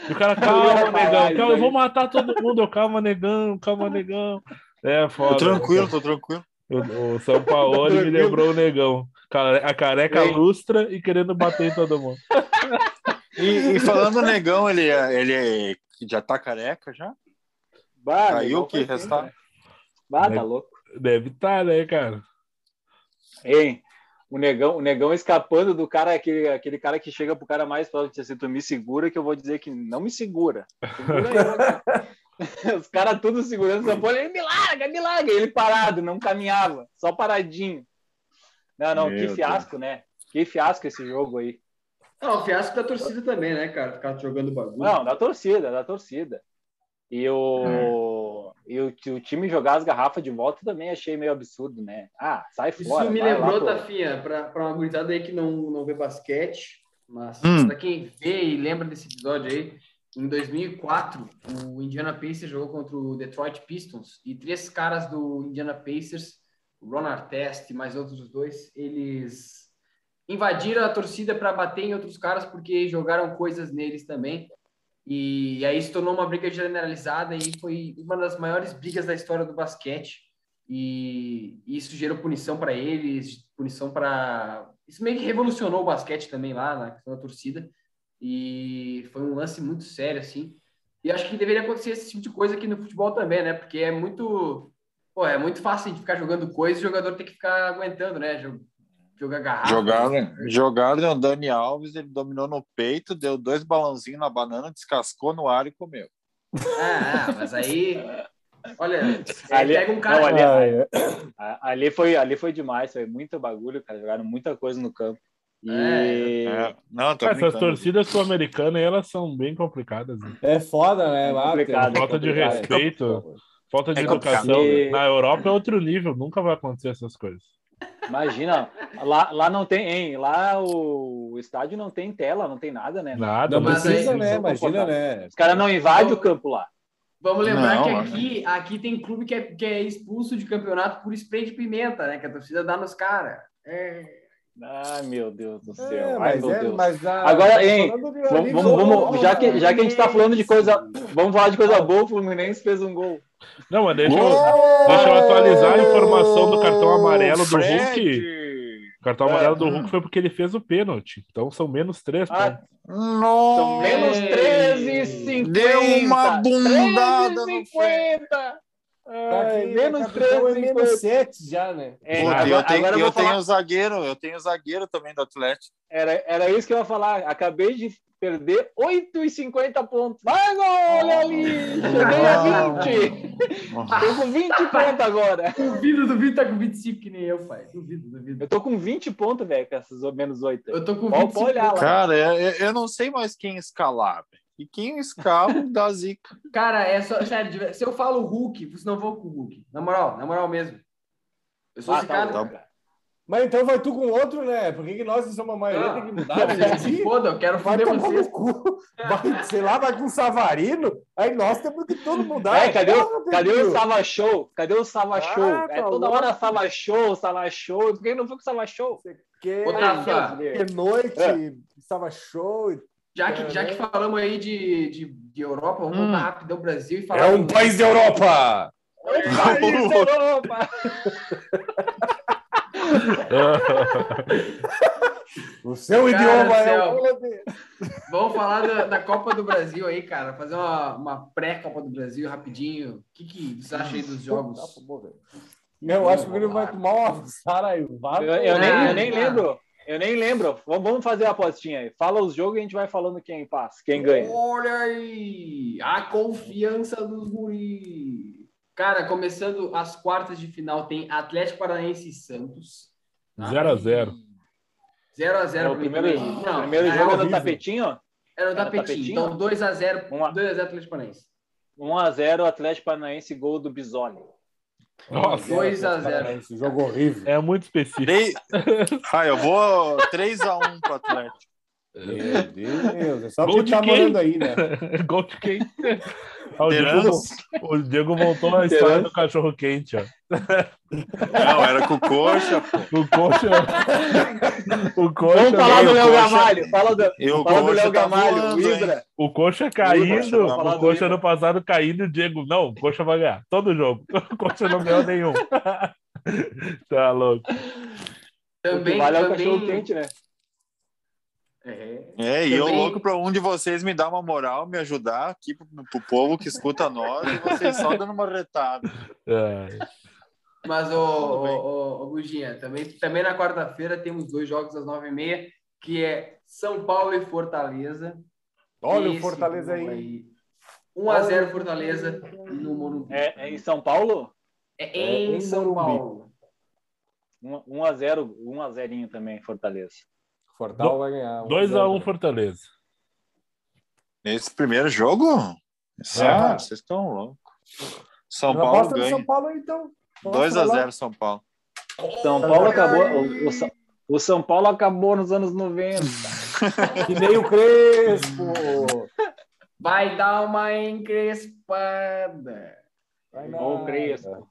Speaker 4: E o cara,
Speaker 6: Eu ia
Speaker 4: calma,
Speaker 6: falar
Speaker 4: negão,
Speaker 6: isso
Speaker 4: calma, eu
Speaker 6: aí.
Speaker 4: vou matar todo mundo, eu, calma, negão, calma, negão. É
Speaker 5: Tô
Speaker 4: foda.
Speaker 5: tranquilo, tô tranquilo.
Speaker 4: O, o São Paulo me lembrou o negão. Care- A careca
Speaker 8: Ei.
Speaker 4: lustra e querendo bater em todo mundo.
Speaker 5: E, e falando no negão, ele, ele já tá careca já?
Speaker 8: Bah,
Speaker 5: Aí
Speaker 8: meu,
Speaker 5: o que restar?
Speaker 8: né? bah, tá louco.
Speaker 4: Deve estar, né, cara?
Speaker 8: Hein? O negão, o negão escapando do cara, aquele, aquele cara que chega pro cara mais próximo e diz assim: Tu me segura, que eu vou dizer que não me segura. Segura eu, cara. Os caras tudo segurando essa porra, ele me larga, me larga. Ele parado, não caminhava, só paradinho. Não, não,
Speaker 5: Meu
Speaker 8: que fiasco, né? Que fiasco esse jogo aí.
Speaker 7: Não, o fiasco da torcida também, né, cara? Ficar jogando bagulho.
Speaker 8: Não, da torcida, da torcida. E
Speaker 7: É.
Speaker 8: o, e o, o time jogar as garrafas de volta também achei meio absurdo, né? Ah, sai
Speaker 7: Isso
Speaker 8: fora.
Speaker 7: me
Speaker 8: vai lá
Speaker 7: lembrou,
Speaker 8: pro-
Speaker 7: Tafinha, para uma gurizada aí que não, não vê basquete, mas
Speaker 5: Hum.
Speaker 7: pra quem vê e lembra desse episódio aí, em 2004, o Indiana Pacers jogou contra o Detroit Pistons e três caras do Indiana Pacers, o Ron Artest e mais outros dois, eles invadiram a torcida para bater em outros caras porque jogaram coisas neles também. E aí se tornou uma briga generalizada e foi uma das maiores brigas da história do basquete e isso gerou punição para eles, punição para isso meio que revolucionou o basquete também lá na questão da torcida e foi um lance muito sério assim e acho que deveria acontecer esse tipo de coisa aqui no futebol também né porque é muito pô, é muito fácil de ficar jogando coisa e o jogador tem que ficar aguentando né Jo- jogar né? garrafa
Speaker 5: Jogaram, jogaram né? o Dani Alves, ele dominou no peito, deu dois balãozinhos na banana, descascou no ar e comeu.
Speaker 7: ah, ah, mas aí olha
Speaker 8: Ali-
Speaker 7: ali, pega um cara
Speaker 8: não, ali-
Speaker 6: Ai, é.
Speaker 8: A- Ali foi, ali foi demais, foi muito bagulho, cara. Jogaram muita coisa no campo. E
Speaker 5: É, não, tô
Speaker 4: Essas
Speaker 5: brincando.
Speaker 4: torcidas sul-americanas, elas são bem complicadas. né?
Speaker 6: É foda, né? Lá,
Speaker 8: Complicado,
Speaker 6: tem-
Speaker 4: falta de
Speaker 6: complicado.
Speaker 4: respeito. Falta de
Speaker 5: É complicado.
Speaker 4: educação.
Speaker 8: E-
Speaker 4: Na Europa é outro nível, nunca vai acontecer essas coisas.
Speaker 8: imagina, lá, lá não tem, hein? Lá o estádio não tem tela, não tem nada, né?
Speaker 4: Nada,
Speaker 6: Não
Speaker 4: mas-
Speaker 6: precisa,
Speaker 7: aí-
Speaker 6: né? Imagina, né?
Speaker 8: Os caras não invadem o campo lá.
Speaker 7: Vamos lembrar
Speaker 5: Não,
Speaker 7: que
Speaker 5: mano.
Speaker 7: aqui, aqui tem clube que é, que é expulso de campeonato por spray de pimenta, né? Que a torcida dá nos caras. É.
Speaker 8: Ah, meu Deus do céu.
Speaker 6: É,
Speaker 8: Ai,
Speaker 6: mas
Speaker 8: meu
Speaker 6: é,
Speaker 8: Deus.
Speaker 6: mas a-
Speaker 8: Agora, hein,
Speaker 6: falando de- né?
Speaker 8: Vamos, vamos, vamos- já, que, já que a gente tá falando de coisa. Vamos falar de coisa boa, o Fluminense fez um gol.
Speaker 4: Não, mas deixa eu, deixa eu atualizar a informação do cartão amarelo do Hulk.
Speaker 5: Ah, Fred!
Speaker 4: O cartão amarelo do
Speaker 5: Ah.
Speaker 4: Hulk foi porque ele fez o pênalti. Então são menos três
Speaker 8: É.
Speaker 4: né?
Speaker 8: Ah,
Speaker 4: pontos.
Speaker 8: São
Speaker 5: Nossa!
Speaker 8: menos 13,50.
Speaker 5: Deu uma bundada no
Speaker 8: 13,50. Ai,
Speaker 6: Tá Aqui,
Speaker 8: Menos
Speaker 6: a capital é
Speaker 8: 13,50.
Speaker 6: menos 7 já, né?
Speaker 8: É,
Speaker 5: Puta,
Speaker 8: agora,
Speaker 5: eu tenho,
Speaker 8: agora eu
Speaker 5: eu
Speaker 8: vou falar-
Speaker 5: tenho um zagueiro, eu tenho zagueiro também do Atlético.
Speaker 8: era, era isso que eu ia falar. Acabei de perder 8,50 pontos. Vai, gol, olha ali! Cheguei a 20! Tô com 20 pontos agora.
Speaker 7: Duvido, duvido, tá com 25 que nem eu, pai. Duvido, duvido.
Speaker 8: Eu tô com 20 pontos, velho, com essas menos 8.
Speaker 7: Eu tô com
Speaker 8: Pode
Speaker 7: 25.
Speaker 8: olhar lá.
Speaker 5: Cara, eu, eu não sei mais quem escalar. velho. E quem escala dá zica.
Speaker 7: Cara, é só. Sério, de ver- se eu falo Hulk, vocês não vão com o Hulk. Na moral, na moral mesmo. Eu
Speaker 8: Ah, tá
Speaker 6: Ah,
Speaker 7: sou
Speaker 6: tá
Speaker 7: esse cara.
Speaker 6: Mas então vai tu com outro, né? Por que, que nós que somos a maioria
Speaker 7: Ah.
Speaker 6: tem que mudar? né?
Speaker 7: Se foda, eu quero
Speaker 6: Vai
Speaker 7: foder
Speaker 6: tomar
Speaker 7: vocês.
Speaker 6: no cu. Vai, sei lá, vai com o Savarino. Aí nós temos que todo
Speaker 5: tá
Speaker 6: mudar.
Speaker 8: É, cadê, o-
Speaker 6: Porra,
Speaker 8: cadê o
Speaker 6: Pedro.
Speaker 8: Sava Show? Cadê o Sava
Speaker 6: Ah,
Speaker 8: Show? É
Speaker 6: tá
Speaker 8: toda hora Sava Show, Sava Show. Por que não foi com o Sava Show?
Speaker 6: Que,
Speaker 7: Ô,
Speaker 6: né,
Speaker 7: Tafa,
Speaker 5: Ah,
Speaker 6: que noite,
Speaker 8: É.
Speaker 6: estava show.
Speaker 7: já que, já que
Speaker 6: É.
Speaker 7: falamos aí de, de, de Europa, vamos voltar rápido ao Brasil
Speaker 8: É
Speaker 7: e falar.
Speaker 6: Hum. É
Speaker 8: um
Speaker 6: um país da Europa!
Speaker 8: País da Europa!
Speaker 4: Ah,
Speaker 6: O seu
Speaker 7: Cara do
Speaker 6: idioma é
Speaker 7: céu.
Speaker 6: o holandês.
Speaker 7: Vamos falar da, da Copa do Brasil aí, cara. Fazer uma, uma pré-Copa do Brasil rapidinho. O que, que você acha aí dos jogos?
Speaker 6: Tá, pô, velho. Meu, acho que ele vai tomar uma saraivada.
Speaker 8: Eu, eu nem, eu nem
Speaker 7: Ah.
Speaker 8: lembro. Eu nem lembro. Vamos vamos fazer a apostinha aí. Fala os jogos e a gente vai falando quem passa, quem ganha.
Speaker 7: Olha aí! A confiança dos guri. Cara, começando as quartas de final, tem Atlético Paranaense e Santos.
Speaker 4: 0 a 0
Speaker 8: É o
Speaker 7: 0x0
Speaker 8: primeiro,
Speaker 7: Não,
Speaker 8: primeiro
Speaker 7: era,
Speaker 8: jogo é
Speaker 6: horrível.
Speaker 8: do tapetinho?
Speaker 7: era o
Speaker 8: era
Speaker 7: tapetinho.
Speaker 8: tapetinho?
Speaker 7: Então, 2x0
Speaker 8: Vamos lá.
Speaker 7: Atlético Paranaense.
Speaker 8: 1x0 Atlético Paranaense, gol do Bisoli.
Speaker 4: Nossa,
Speaker 7: 2 a 0.
Speaker 6: Esse jogo horrível.
Speaker 4: é muito específico.
Speaker 5: Três- Ah, eu vou 3x1 pro Atlético.
Speaker 6: Meu Deus, é só
Speaker 4: É. Gol
Speaker 6: porque
Speaker 4: de
Speaker 6: tá
Speaker 4: quem?
Speaker 6: morando aí, né?
Speaker 4: Gol de quem? Ah, o, Diego,
Speaker 5: Terans?
Speaker 4: o Diego voltou a história do cachorro quente, ó.
Speaker 5: Não, era com o coxa.
Speaker 4: O coxa. o coxa,
Speaker 8: Vamos falar
Speaker 5: Léo
Speaker 8: do Léo
Speaker 5: Coxa.
Speaker 8: Gamalho. Fala do,
Speaker 5: E o
Speaker 8: fala do
Speaker 5: coxa
Speaker 8: Léo
Speaker 5: tá
Speaker 8: Gamalho, o
Speaker 5: voando, hein?
Speaker 8: Ibra.
Speaker 4: o coxa caindo,
Speaker 5: Vamos
Speaker 8: falar
Speaker 4: o
Speaker 8: do
Speaker 4: coxa
Speaker 8: Ibra.
Speaker 4: no passado caindo, o Diego, não, o coxa vai ganhar. Todo jogo. O coxa não ganhou nenhum. tá louco.
Speaker 7: Também,
Speaker 8: vale é o cachorro
Speaker 7: também.
Speaker 8: quente, né?
Speaker 7: É.
Speaker 5: É, e eu
Speaker 7: Também.
Speaker 5: louco pra um de vocês me dar uma moral, me ajudar aqui pro, pro povo que escuta nós, e vocês só dando uma retada.
Speaker 4: É.
Speaker 7: Mas, ô,
Speaker 5: Tudo bem.
Speaker 7: ô, ô, ô, Guginha, também, também na quarta-feira temos dois jogos às nove e meia, que é São Paulo e Fortaleza.
Speaker 6: Olha o
Speaker 7: Esse
Speaker 6: Fortaleza
Speaker 7: jogo
Speaker 6: aí.
Speaker 7: 1x0 Fortaleza no Morumbi.
Speaker 8: É, é em São Paulo?
Speaker 7: É em
Speaker 6: É em
Speaker 7: São
Speaker 6: Morumbi.
Speaker 7: Paulo.
Speaker 8: 1x0, 1x0 também, Fortaleza.
Speaker 6: Fortal vai ganhar.
Speaker 4: 2x1 Fortaleza.
Speaker 5: Nesse primeiro jogo?
Speaker 6: Ah.
Speaker 5: Ah, vocês estão loucos. São
Speaker 6: São
Speaker 5: Paulo
Speaker 6: Paulo do São
Speaker 5: ganha.
Speaker 6: Paulo, então. Aposta
Speaker 5: 2x0 São Paulo.
Speaker 8: São Paulo acabou. O, o Sa- o São Paulo acabou nos anos 90.
Speaker 6: lá. Que nem o Crespo.
Speaker 7: Vai dar uma encrespada.
Speaker 6: Vai
Speaker 8: Gol
Speaker 6: nada.
Speaker 8: Crespo.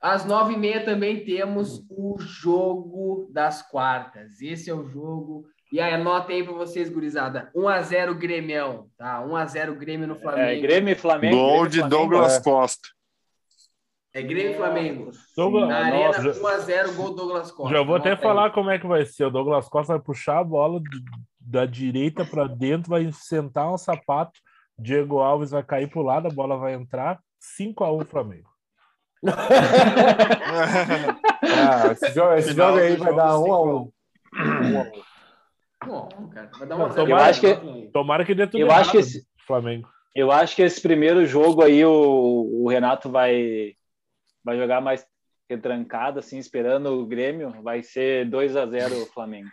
Speaker 7: Às nove e meia também temos o jogo das quartas. Esse é o jogo. E aí, anotem aí pra vocês, gurizada. 1x0 Grêmio, tá? 1x0 Grêmio no Flamengo.
Speaker 8: É, Grêmio e Flamengo.
Speaker 5: Gol
Speaker 8: Grêmio e
Speaker 5: de
Speaker 8: Flamengo. É.
Speaker 5: Douglas Costa.
Speaker 7: É Grêmio e Flamengo.
Speaker 4: Douglas-
Speaker 7: Na Arena,
Speaker 4: Ah, nossa.
Speaker 7: 1x0, gol Douglas Costa.
Speaker 4: Já vou até
Speaker 7: Anota
Speaker 4: falar
Speaker 7: aí.
Speaker 4: como é que vai ser. O Douglas Costa vai puxar a bola de- da direita para dentro, vai sentar um sapato. Diego Alves vai cair pro lado, a bola vai entrar. 5x1 Flamengo.
Speaker 6: Ah, esse jogo, esse
Speaker 5: Final
Speaker 6: jogo aí
Speaker 5: do
Speaker 6: vai
Speaker 5: jogo,
Speaker 6: dar um
Speaker 5: cinco
Speaker 6: a
Speaker 5: a
Speaker 6: um. Um a um.
Speaker 7: Não, cara. Vai dar
Speaker 4: Não,
Speaker 7: 1x0.
Speaker 4: tomara
Speaker 8: que-
Speaker 4: Tomara que dê tudo
Speaker 8: Eu acho
Speaker 4: errado
Speaker 8: que esse-
Speaker 4: pro Flamengo.
Speaker 8: Eu acho que esse primeiro jogo aí o, o Renato vai, vai jogar mais retrancado, assim, esperando o Grêmio. Vai ser 2x0 o Flamengo.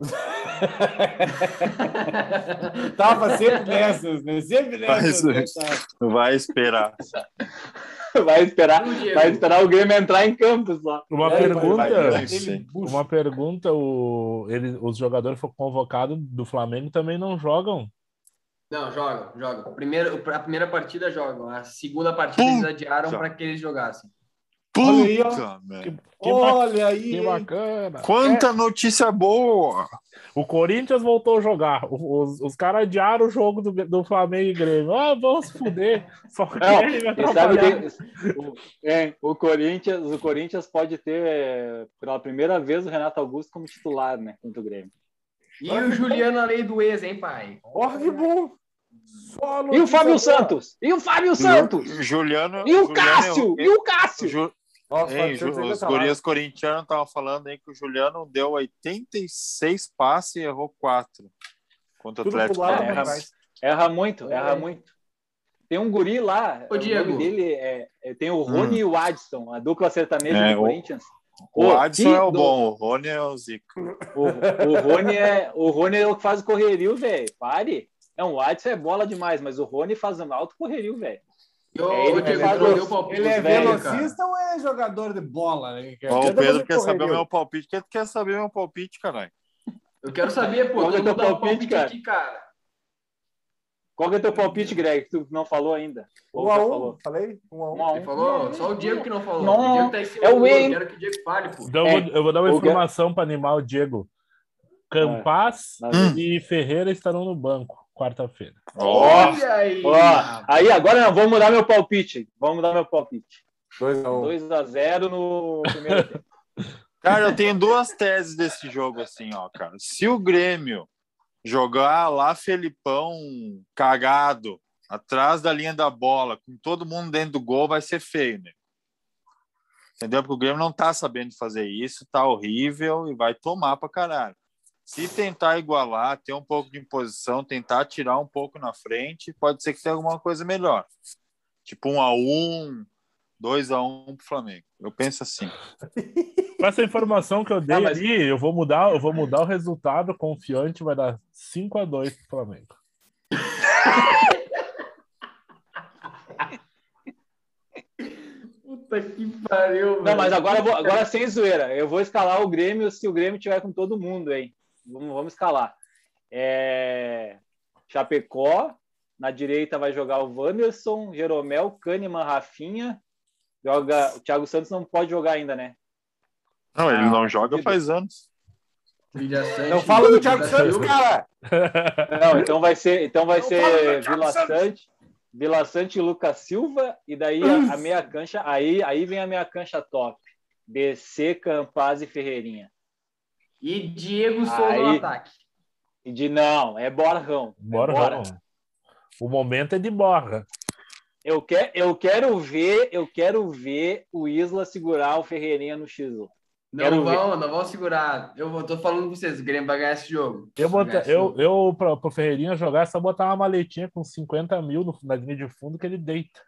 Speaker 6: Tava sempre nessas, né? Sempre nessas. né,
Speaker 5: Vai, Zé. Vai esperar.
Speaker 8: Vai esperar,
Speaker 7: Viu, Diego?
Speaker 8: vai esperar o Grêmio entrar em campo só.
Speaker 4: Uma
Speaker 6: Vai,
Speaker 4: pergunta.
Speaker 6: vai,
Speaker 5: vai, vai.
Speaker 6: Aquele bucho.
Speaker 4: Uma pergunta, o, ele, os jogadores foram convocados do Flamengo também não jogam.
Speaker 7: Não, jogam, jogam. Primeiro, a primeira partida jogam. A segunda partida
Speaker 5: Pum!
Speaker 7: eles adiaram
Speaker 5: Já.
Speaker 7: para que eles jogassem.
Speaker 6: Olha aí, ó.
Speaker 5: Puta, merda.
Speaker 4: Que, ba-
Speaker 6: Olha aí,
Speaker 4: que
Speaker 6: hein?
Speaker 4: bacana! É,
Speaker 5: Quanta notícia boa!
Speaker 4: O Corinthians voltou a jogar. O- Os, os caras adiaram o jogo do, do Flamengo e Grêmio. Ah, vamos se fuder. Só que
Speaker 8: Não,
Speaker 4: ele vai
Speaker 8: E sabe
Speaker 4: atrapalhar.
Speaker 8: que- o, é, o Corinthians, o Corinthians pode ter é, pela primeira vez o Renato Augusto como titular, né, contra o Grêmio.
Speaker 7: E o Juliano, a lei do ex, hein, pai?
Speaker 6: Ó, que bom. Só a
Speaker 8: E o
Speaker 6: notícia
Speaker 8: Fábio
Speaker 6: boa.
Speaker 8: Santos? E o Fábio Santos?
Speaker 5: Juliano.
Speaker 8: E o
Speaker 5: Juliano-
Speaker 8: Cássio? E o Cássio?
Speaker 5: Ju-
Speaker 6: Ó, o
Speaker 5: Ei,
Speaker 6: Fábio
Speaker 5: Ju-
Speaker 6: Santos ainda
Speaker 5: os
Speaker 6: tá lá.
Speaker 5: gurias corintianos estavam falando aí que o Juliano deu 86 passes e errou 4 contra o
Speaker 6: Tudo pro
Speaker 5: Atlético
Speaker 6: lado,
Speaker 8: Paranaense.
Speaker 5: Paranaense.
Speaker 6: rapaz.
Speaker 8: Erra muito, erra
Speaker 6: É.
Speaker 8: muito. Tem um guri lá,
Speaker 7: Ô,
Speaker 8: o
Speaker 7: Diego.
Speaker 8: nome dele é, é- tem o Rony e o Adson, a dupla sertaneja
Speaker 5: É,
Speaker 8: do
Speaker 5: o-
Speaker 8: Corinthians.
Speaker 5: O
Speaker 8: Pô,
Speaker 5: Adson
Speaker 8: que
Speaker 5: é o
Speaker 8: do-
Speaker 5: bom, o Rony é o Zico.
Speaker 8: O, o Rony é o Rony é o que faz o correrio, velho. Pare. Não, o Adson é bola demais, mas o Rony faz um alto correrio, velho.
Speaker 7: E o,
Speaker 8: É, ele
Speaker 7: o Diego,
Speaker 8: faz
Speaker 7: tu
Speaker 8: os-
Speaker 7: deu palpite,
Speaker 6: Ele é
Speaker 8: velho,
Speaker 7: cara.
Speaker 6: velocista ou é jogador de bola? né? Que-
Speaker 5: Ó,
Speaker 6: que
Speaker 5: o Pedro
Speaker 6: jogador
Speaker 5: quer saber o
Speaker 6: correria.
Speaker 5: meu palpite. Quem quer saber meu palpite, caralho?
Speaker 7: Eu quero saber, pô.
Speaker 8: Qual que é
Speaker 7: Todo
Speaker 8: o
Speaker 7: mundo
Speaker 8: teu
Speaker 7: dá um palpite
Speaker 8: palpite, cara?
Speaker 7: aqui, cara.
Speaker 8: Qual que é o teu palpite, Greg? que Tu não falou ainda. Ou
Speaker 6: Um a
Speaker 8: já
Speaker 6: um,
Speaker 8: falou?
Speaker 6: falei? Um a um.
Speaker 8: Um a um.
Speaker 7: Ele falou, só o Diego que não falou.
Speaker 8: Não,
Speaker 7: o Diego tá em cima
Speaker 8: é o
Speaker 7: do gol,
Speaker 8: Wayne.
Speaker 7: Quero que o Diego fale, pô.
Speaker 4: Então, eu vou- eu vou dar uma
Speaker 8: É, O que-
Speaker 4: informação para animar o Diego. Campaz
Speaker 8: Mas-
Speaker 4: e Ferreira estarão no banco quarta-feira.
Speaker 5: Ó,
Speaker 7: aí.
Speaker 8: Ó,
Speaker 7: um.
Speaker 8: aí agora não, vou mudar meu palpite. Vamos mudar meu palpite.
Speaker 6: Dois a um.
Speaker 8: 2 a 0 no primeiro tempo.
Speaker 5: cara, eu tenho duas teses desse jogo assim, ó, cara. Se o Grêmio jogar lá Felipão cagado atrás da linha da bola, com todo mundo dentro do gol, vai ser feio, né? Entendeu? Porque o Grêmio não tá sabendo fazer isso, tá horrível e vai tomar pra caralho. Se tentar igualar, ter um pouco de imposição, tentar tirar um pouco na frente, pode ser que tenha alguma coisa melhor. Tipo um a um, dois a um pro Flamengo. Eu penso assim.
Speaker 4: Com essa informação que eu dei
Speaker 8: Ah, mas-
Speaker 4: ali, eu vou mudar, eu vou mudar o resultado confiante, vai dar 5 a 2 pro Flamengo.
Speaker 7: Puta que pariu,
Speaker 8: Não,
Speaker 7: velho.
Speaker 8: mas agora, eu vou- agora sem zoeira. Eu vou escalar o Grêmio se o Grêmio tiver com todo mundo, hein? Vamos, vamos escalar. É, Chapecó, na direita vai jogar o Wanderson, Jeromel, Kahneman, Rafinha. Joga... O Thiago Santos não pode jogar ainda, né?
Speaker 5: Não, ele
Speaker 8: Ah,
Speaker 5: não joga faz anos.
Speaker 7: Trilha Sanches,
Speaker 6: Não fala do Thiago
Speaker 7: Lucas
Speaker 6: Santos,
Speaker 7: Silva.
Speaker 6: cara.
Speaker 8: Não, então vai ser, então vai
Speaker 6: Não fala
Speaker 8: ser
Speaker 6: do Thiago
Speaker 8: Vila
Speaker 6: Santos.
Speaker 8: Sante, Vila Sante e Lucas Silva, e daí a, a meia cancha, aí, aí vem a meia cancha top. BC, Campaz e Ferreirinha.
Speaker 7: E Diego Souza no
Speaker 8: Aí.
Speaker 7: ataque.
Speaker 8: E de não, é borrão. é
Speaker 4: Bora,
Speaker 8: bora.
Speaker 4: vamos. O momento é de borra.
Speaker 8: Eu, que, eu quero ver, eu quero ver o Isla segurar o Ferreirinha no X1.
Speaker 7: Não
Speaker 8: Quero
Speaker 7: vão, não vão segurar. Eu vou- tô falando com vocês, o Grêmio vai ganhar esse jogo.
Speaker 4: Eu,
Speaker 7: Vai
Speaker 4: bota,
Speaker 7: ganhar esse
Speaker 4: eu,
Speaker 7: jogo.
Speaker 4: eu pra, pro Ferreirinha jogar, é só botar uma maletinha com 50 mil no, na linha de fundo que ele deita.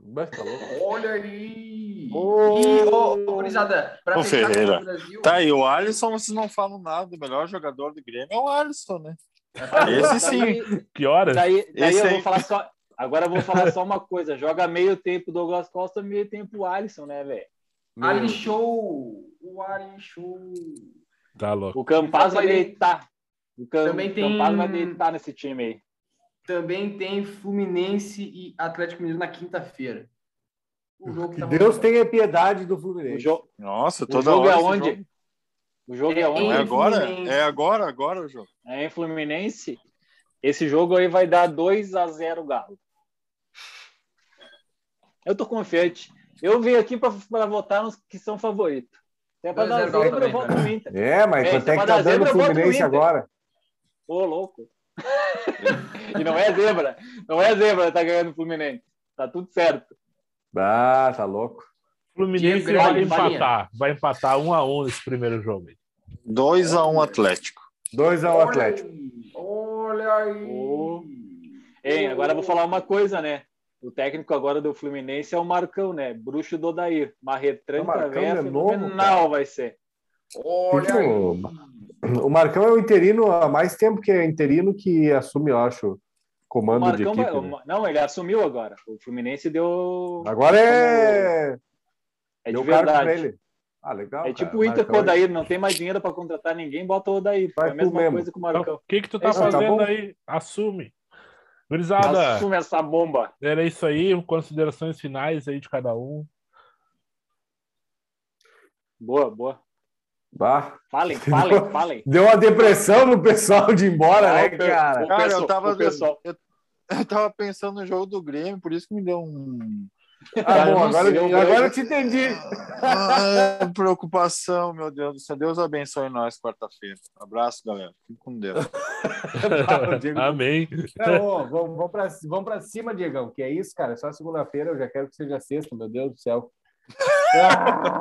Speaker 6: Mas tá louco.
Speaker 7: Olha aí!
Speaker 6: Ô.
Speaker 7: E, ô, ô, gurizada, pra
Speaker 5: Ô,
Speaker 7: fechar
Speaker 5: Ferreira.
Speaker 7: com o Brasil...
Speaker 5: Tá, e o Alisson, vocês não falam nada. O melhor jogador do Grêmio é o Alisson, né? Esse sim.
Speaker 4: Que horas?
Speaker 8: Daí, daí
Speaker 5: Esse
Speaker 8: eu vou
Speaker 5: aí.
Speaker 8: falar só. Agora eu vou falar só uma coisa: joga meio tempo Douglas Costa, meio tempo Alisson, né, velho?
Speaker 7: Ali Show! O Ali Show!
Speaker 4: Tá louco.
Speaker 8: O Campaz vai
Speaker 7: Também-
Speaker 8: deitar. O Cam...
Speaker 7: Também tem-
Speaker 8: Campaz vai deitar nesse time aí.
Speaker 7: Também tem Fluminense e Atlético Mineiro na quinta-feira. O jogo
Speaker 6: Que
Speaker 7: tá
Speaker 6: Deus
Speaker 7: rolando.
Speaker 6: tenha piedade do
Speaker 8: O,
Speaker 6: Fluminense.
Speaker 8: jo...
Speaker 5: Nossa,
Speaker 8: o
Speaker 5: toda
Speaker 8: jogo
Speaker 5: hora.
Speaker 8: é
Speaker 5: esse
Speaker 8: onde?
Speaker 5: jogo.
Speaker 8: O jogo
Speaker 7: É
Speaker 8: é
Speaker 5: Não é
Speaker 8: onde?
Speaker 5: agora?
Speaker 7: Fluminense.
Speaker 5: É agora, agora o jogo.
Speaker 8: É em Fluminense. Esse jogo aí vai dar 2 a 0 Galo. Eu tô confiante. Eu vim aqui para votar nos que são favoritos. Se é pra
Speaker 7: 2 a
Speaker 8: dar
Speaker 7: 0 Galo
Speaker 8: zebra,
Speaker 7: também, né?
Speaker 8: eu voto
Speaker 7: cara.
Speaker 8: no Inter.
Speaker 6: É, mas
Speaker 8: É,
Speaker 6: quanto é que
Speaker 8: pra
Speaker 6: tá
Speaker 8: dar
Speaker 6: dando o
Speaker 8: zebra, eu boto no
Speaker 6: Fluminense
Speaker 8: Inter.
Speaker 6: agora?
Speaker 8: Ô, louco. e não é zebra. Não é zebra tá ganhando o Fluminense. Tá tudo certo.
Speaker 6: Ah, tá louco.
Speaker 4: Fluminense
Speaker 7: Diego,
Speaker 4: vai
Speaker 7: Grêmio,
Speaker 4: empatar. Vai empatar um a um nesse primeiro jogo. aí.
Speaker 5: 2x1 Atlético.
Speaker 6: 2 ao
Speaker 7: Olha
Speaker 6: um, Atlético.
Speaker 7: aí, Olha aí!
Speaker 8: Ô. Hein, agora eu vou falar uma coisa, né? O técnico agora do Fluminense é o Marcão, né? Bruxo do Odair. Uma
Speaker 6: O
Speaker 8: retranca
Speaker 6: Marcão
Speaker 8: velha
Speaker 6: é novo,
Speaker 8: fenomenal vai ser.
Speaker 7: Olha
Speaker 6: Fica
Speaker 7: aí!
Speaker 6: um- O Marcão é o interino há mais tempo que é interino que assume, eu acho,
Speaker 8: O
Speaker 6: comando
Speaker 8: Marcão
Speaker 6: de
Speaker 8: vai...
Speaker 6: equipe. né?
Speaker 8: o- Não, ele assumiu agora. O Fluminense deu...
Speaker 6: Agora é.
Speaker 8: É de
Speaker 6: Deu cargo pra
Speaker 8: verdade.
Speaker 6: ele. Ah, legal.
Speaker 8: É
Speaker 6: cara.
Speaker 8: tipo o Inter com o
Speaker 6: Marcão é-
Speaker 8: Odair. Não tem mais dinheiro para contratar ninguém, bota o Odair.
Speaker 6: Vai
Speaker 8: É a mesma
Speaker 6: tu mesmo.
Speaker 8: coisa que o
Speaker 4: Então,
Speaker 8: Marcão.
Speaker 4: o que, que tu tá
Speaker 8: Isso, tá
Speaker 4: fazendo
Speaker 6: bom?
Speaker 4: aí? Assume. Gurizada,
Speaker 8: Assume essa bomba.
Speaker 4: era isso aí. um, Considerações finais aí de cada um.
Speaker 8: Boa, boa.
Speaker 6: Bah,
Speaker 8: Falem, falem, falem.
Speaker 6: Deu uma depressão no pessoal de ir embora, né,
Speaker 8: Não,
Speaker 6: cara?
Speaker 8: O
Speaker 5: Cara,
Speaker 8: pessoal-
Speaker 5: eu tava
Speaker 8: o pessoal-
Speaker 5: Eu, eu tava pensando no jogo do Grêmio, por isso que me deu um.
Speaker 6: Ah, bom, agora,
Speaker 8: eu-
Speaker 6: agora eu te entendi.
Speaker 5: Ah, preocupação, meu Deus do céu. Deus abençoe nós quarta-feira. Abraço, galera. Fique com Deus.
Speaker 6: Fala, Diego.
Speaker 4: Amém.
Speaker 6: Não, ô, vamos, vamos, pra, vamos pra cima, Diegão, que é isso, cara. É só segunda-feira, eu já quero que seja sexta, meu Deus do céu. Ah,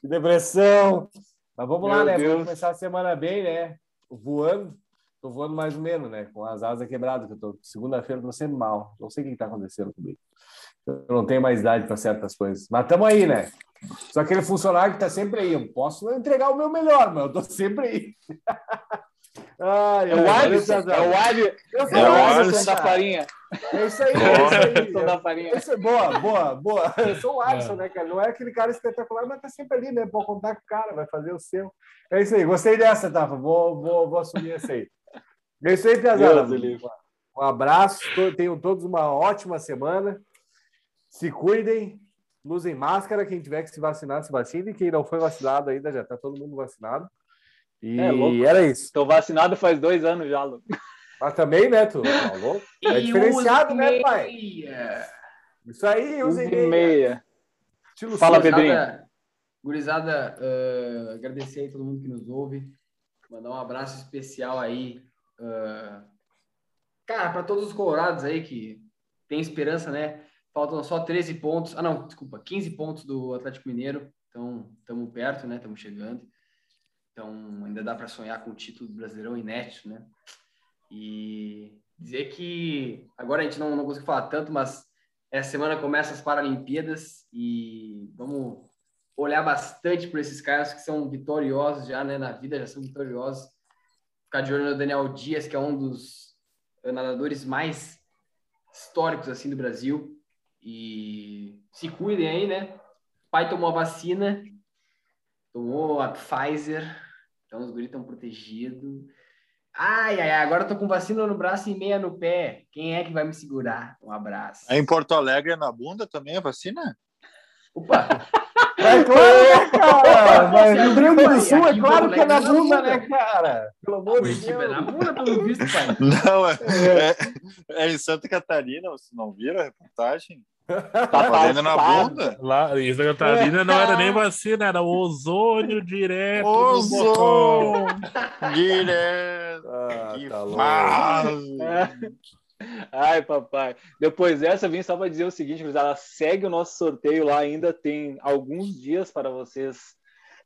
Speaker 6: que depressão. Mas vamos lá,
Speaker 8: Meu
Speaker 6: né?
Speaker 8: Deus.
Speaker 6: Vamos começar a semana bem, né? Voando. Tô voando mais ou menos, né? Com as asas quebradas, que eu tô. Segunda-feira eu tô sempre mal. Não sei o que que tá acontecendo comigo. Eu não tenho mais idade para certas coisas. Mas tamo aí, né? Só aquele funcionário que tá sempre aí. Eu posso não entregar o meu melhor, mas eu tô sempre aí. Ai,
Speaker 8: É o
Speaker 6: ai,
Speaker 8: Alisson,
Speaker 6: Cezar.
Speaker 8: é o Alisson,
Speaker 6: Eu sou
Speaker 8: é o
Speaker 5: o
Speaker 8: Alisson
Speaker 5: Alisson.
Speaker 8: da farinha.
Speaker 6: é isso aí,
Speaker 8: É o
Speaker 6: é isso aí.
Speaker 8: Alisson da farinha.
Speaker 6: É isso aí. Boa, boa, boa. Eu sou o Alisson, né, cara? Não é aquele cara espetacular, mas tá sempre ali, né? Pô, contar com o cara, vai fazer o seu. É isso aí. Gostei dessa, Tafa. Vou, vou, vou assumir essa aí. É isso aí, Piazada.
Speaker 8: Deus me livre.
Speaker 6: Um abraço. to- Tenham todos uma ótima semana. Se cuidem. Usem máscara. Quem tiver que se vacinar, se vacine. Quem não foi vacinado ainda, já tá todo mundo vacinado. E
Speaker 8: É louco.
Speaker 6: era isso.
Speaker 8: Estou vacinado faz dois anos já, Lu.
Speaker 6: Mas também, né, tu? Tá louco? É diferenciado, né, pai? Isso aí, usem
Speaker 8: E
Speaker 6: bem.
Speaker 8: meia.
Speaker 6: Estilo
Speaker 8: Fala,
Speaker 6: Souza.
Speaker 8: Pedrinho.
Speaker 7: Gurizada, gurizada ah, agradecer aí todo mundo que nos ouve. Mandar um abraço especial aí. ah, cara, para todos os colorados aí que tem esperança, né? Faltam só 13 pontos. Ah, não, desculpa, 15 pontos do Atlético Mineiro. Então, estamos perto, né? Estamos chegando. Então, ainda dá para sonhar com o título do Brasileirão inédito, né? E dizer que agora a gente não, não conseguiu falar tanto, mas essa É, semana começa as Paralimpíadas e vamos olhar bastante para esses caras que são vitoriosos já, né, na vida, já são vitoriosos. Ficar de olho no Daniel Dias, que é um dos nadadores mais históricos assim do Brasil. E se cuidem aí, né? pai tomou a vacina, tomou a Pfizer, então os guris estão protegidos. Ai, ai, ai, agora eu tô com vacina no braço e meia no pé. Quem é que vai me segurar? Um abraço.
Speaker 5: Aí em Porto Alegre é na bunda também a vacina?
Speaker 7: Opa!
Speaker 1: É claro, né, cara? Mas no Rio Grande do Sul
Speaker 7: Aqui
Speaker 1: é
Speaker 7: em
Speaker 1: claro
Speaker 7: Porto
Speaker 1: que é na
Speaker 7: Alegre não
Speaker 1: bunda,
Speaker 7: usa,
Speaker 1: né, cara? Pelo amor de
Speaker 7: Curitiba é
Speaker 1: Deus.
Speaker 7: na bunda, pelo visto, pai.
Speaker 5: Não, é, é, é em Santa Catarina, vocês não viram a reportagem? Tá valendo na
Speaker 8: passado.
Speaker 5: bunda?
Speaker 4: Lá, em Santa Catarina né? não era nem vacina, era ozônio direto. no botão.
Speaker 5: Ozon! Direto!
Speaker 1: Ah,
Speaker 5: Que
Speaker 1: tá
Speaker 5: fase!
Speaker 8: Ai, papai. Depois dessa, eu vim só para dizer o seguinte, gurizada, segue o nosso sorteio lá, ainda tem alguns dias para vocês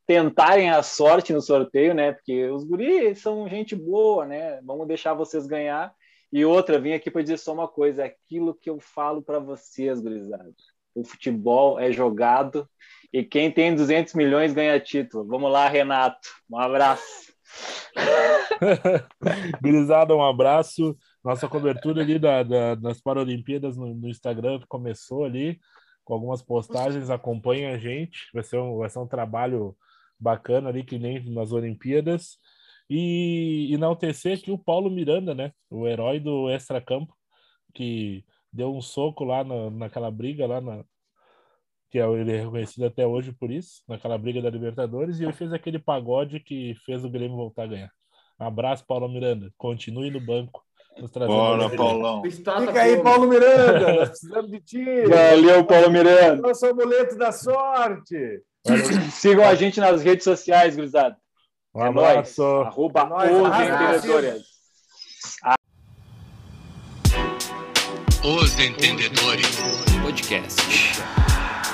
Speaker 8: tentarem a sorte no sorteio, né? Porque os guris são gente boa, né? Vamos deixar vocês ganhar. E outra, vim aqui para dizer só uma coisa, é aquilo que eu falo para vocês, gurizada. O futebol é jogado e quem tem 200 milhões ganha título. Vamos lá, Renato. Um abraço.
Speaker 4: Gurizada, um abraço. Nossa cobertura ali da- da- das Paralimpíadas no, no Instagram que começou ali, com algumas postagens, acompanha a gente. Vai ser um, vai ser um trabalho bacana ali, que nem nas Olimpíadas. E enaltecer aqui o Paulo Miranda, né? O herói do extracampo, que deu um soco lá na, naquela briga lá na. Que é- ele é reconhecido até hoje por isso, naquela briga da Libertadores, e ele fez aquele pagode que fez o Grêmio voltar a ganhar. Abraço, Paulo Miranda. Continue no banco. Nos trazendo
Speaker 5: Bora,
Speaker 4: alegria.
Speaker 5: Paulão!
Speaker 7: Pistola
Speaker 1: Fica aí,
Speaker 7: pô.
Speaker 1: Paulo Miranda. Nós precisamos de ti.
Speaker 8: Valeu, Paulo Miranda.
Speaker 1: Nosso amuleto da sorte.
Speaker 8: Sigam a gente nas redes sociais, gurizada.
Speaker 4: Um
Speaker 8: É
Speaker 4: abraço.
Speaker 8: nóis. Arroba
Speaker 1: nóis.
Speaker 8: os
Speaker 1: Arrasa,
Speaker 8: empreendedores.
Speaker 2: Os Entendedores Podcast.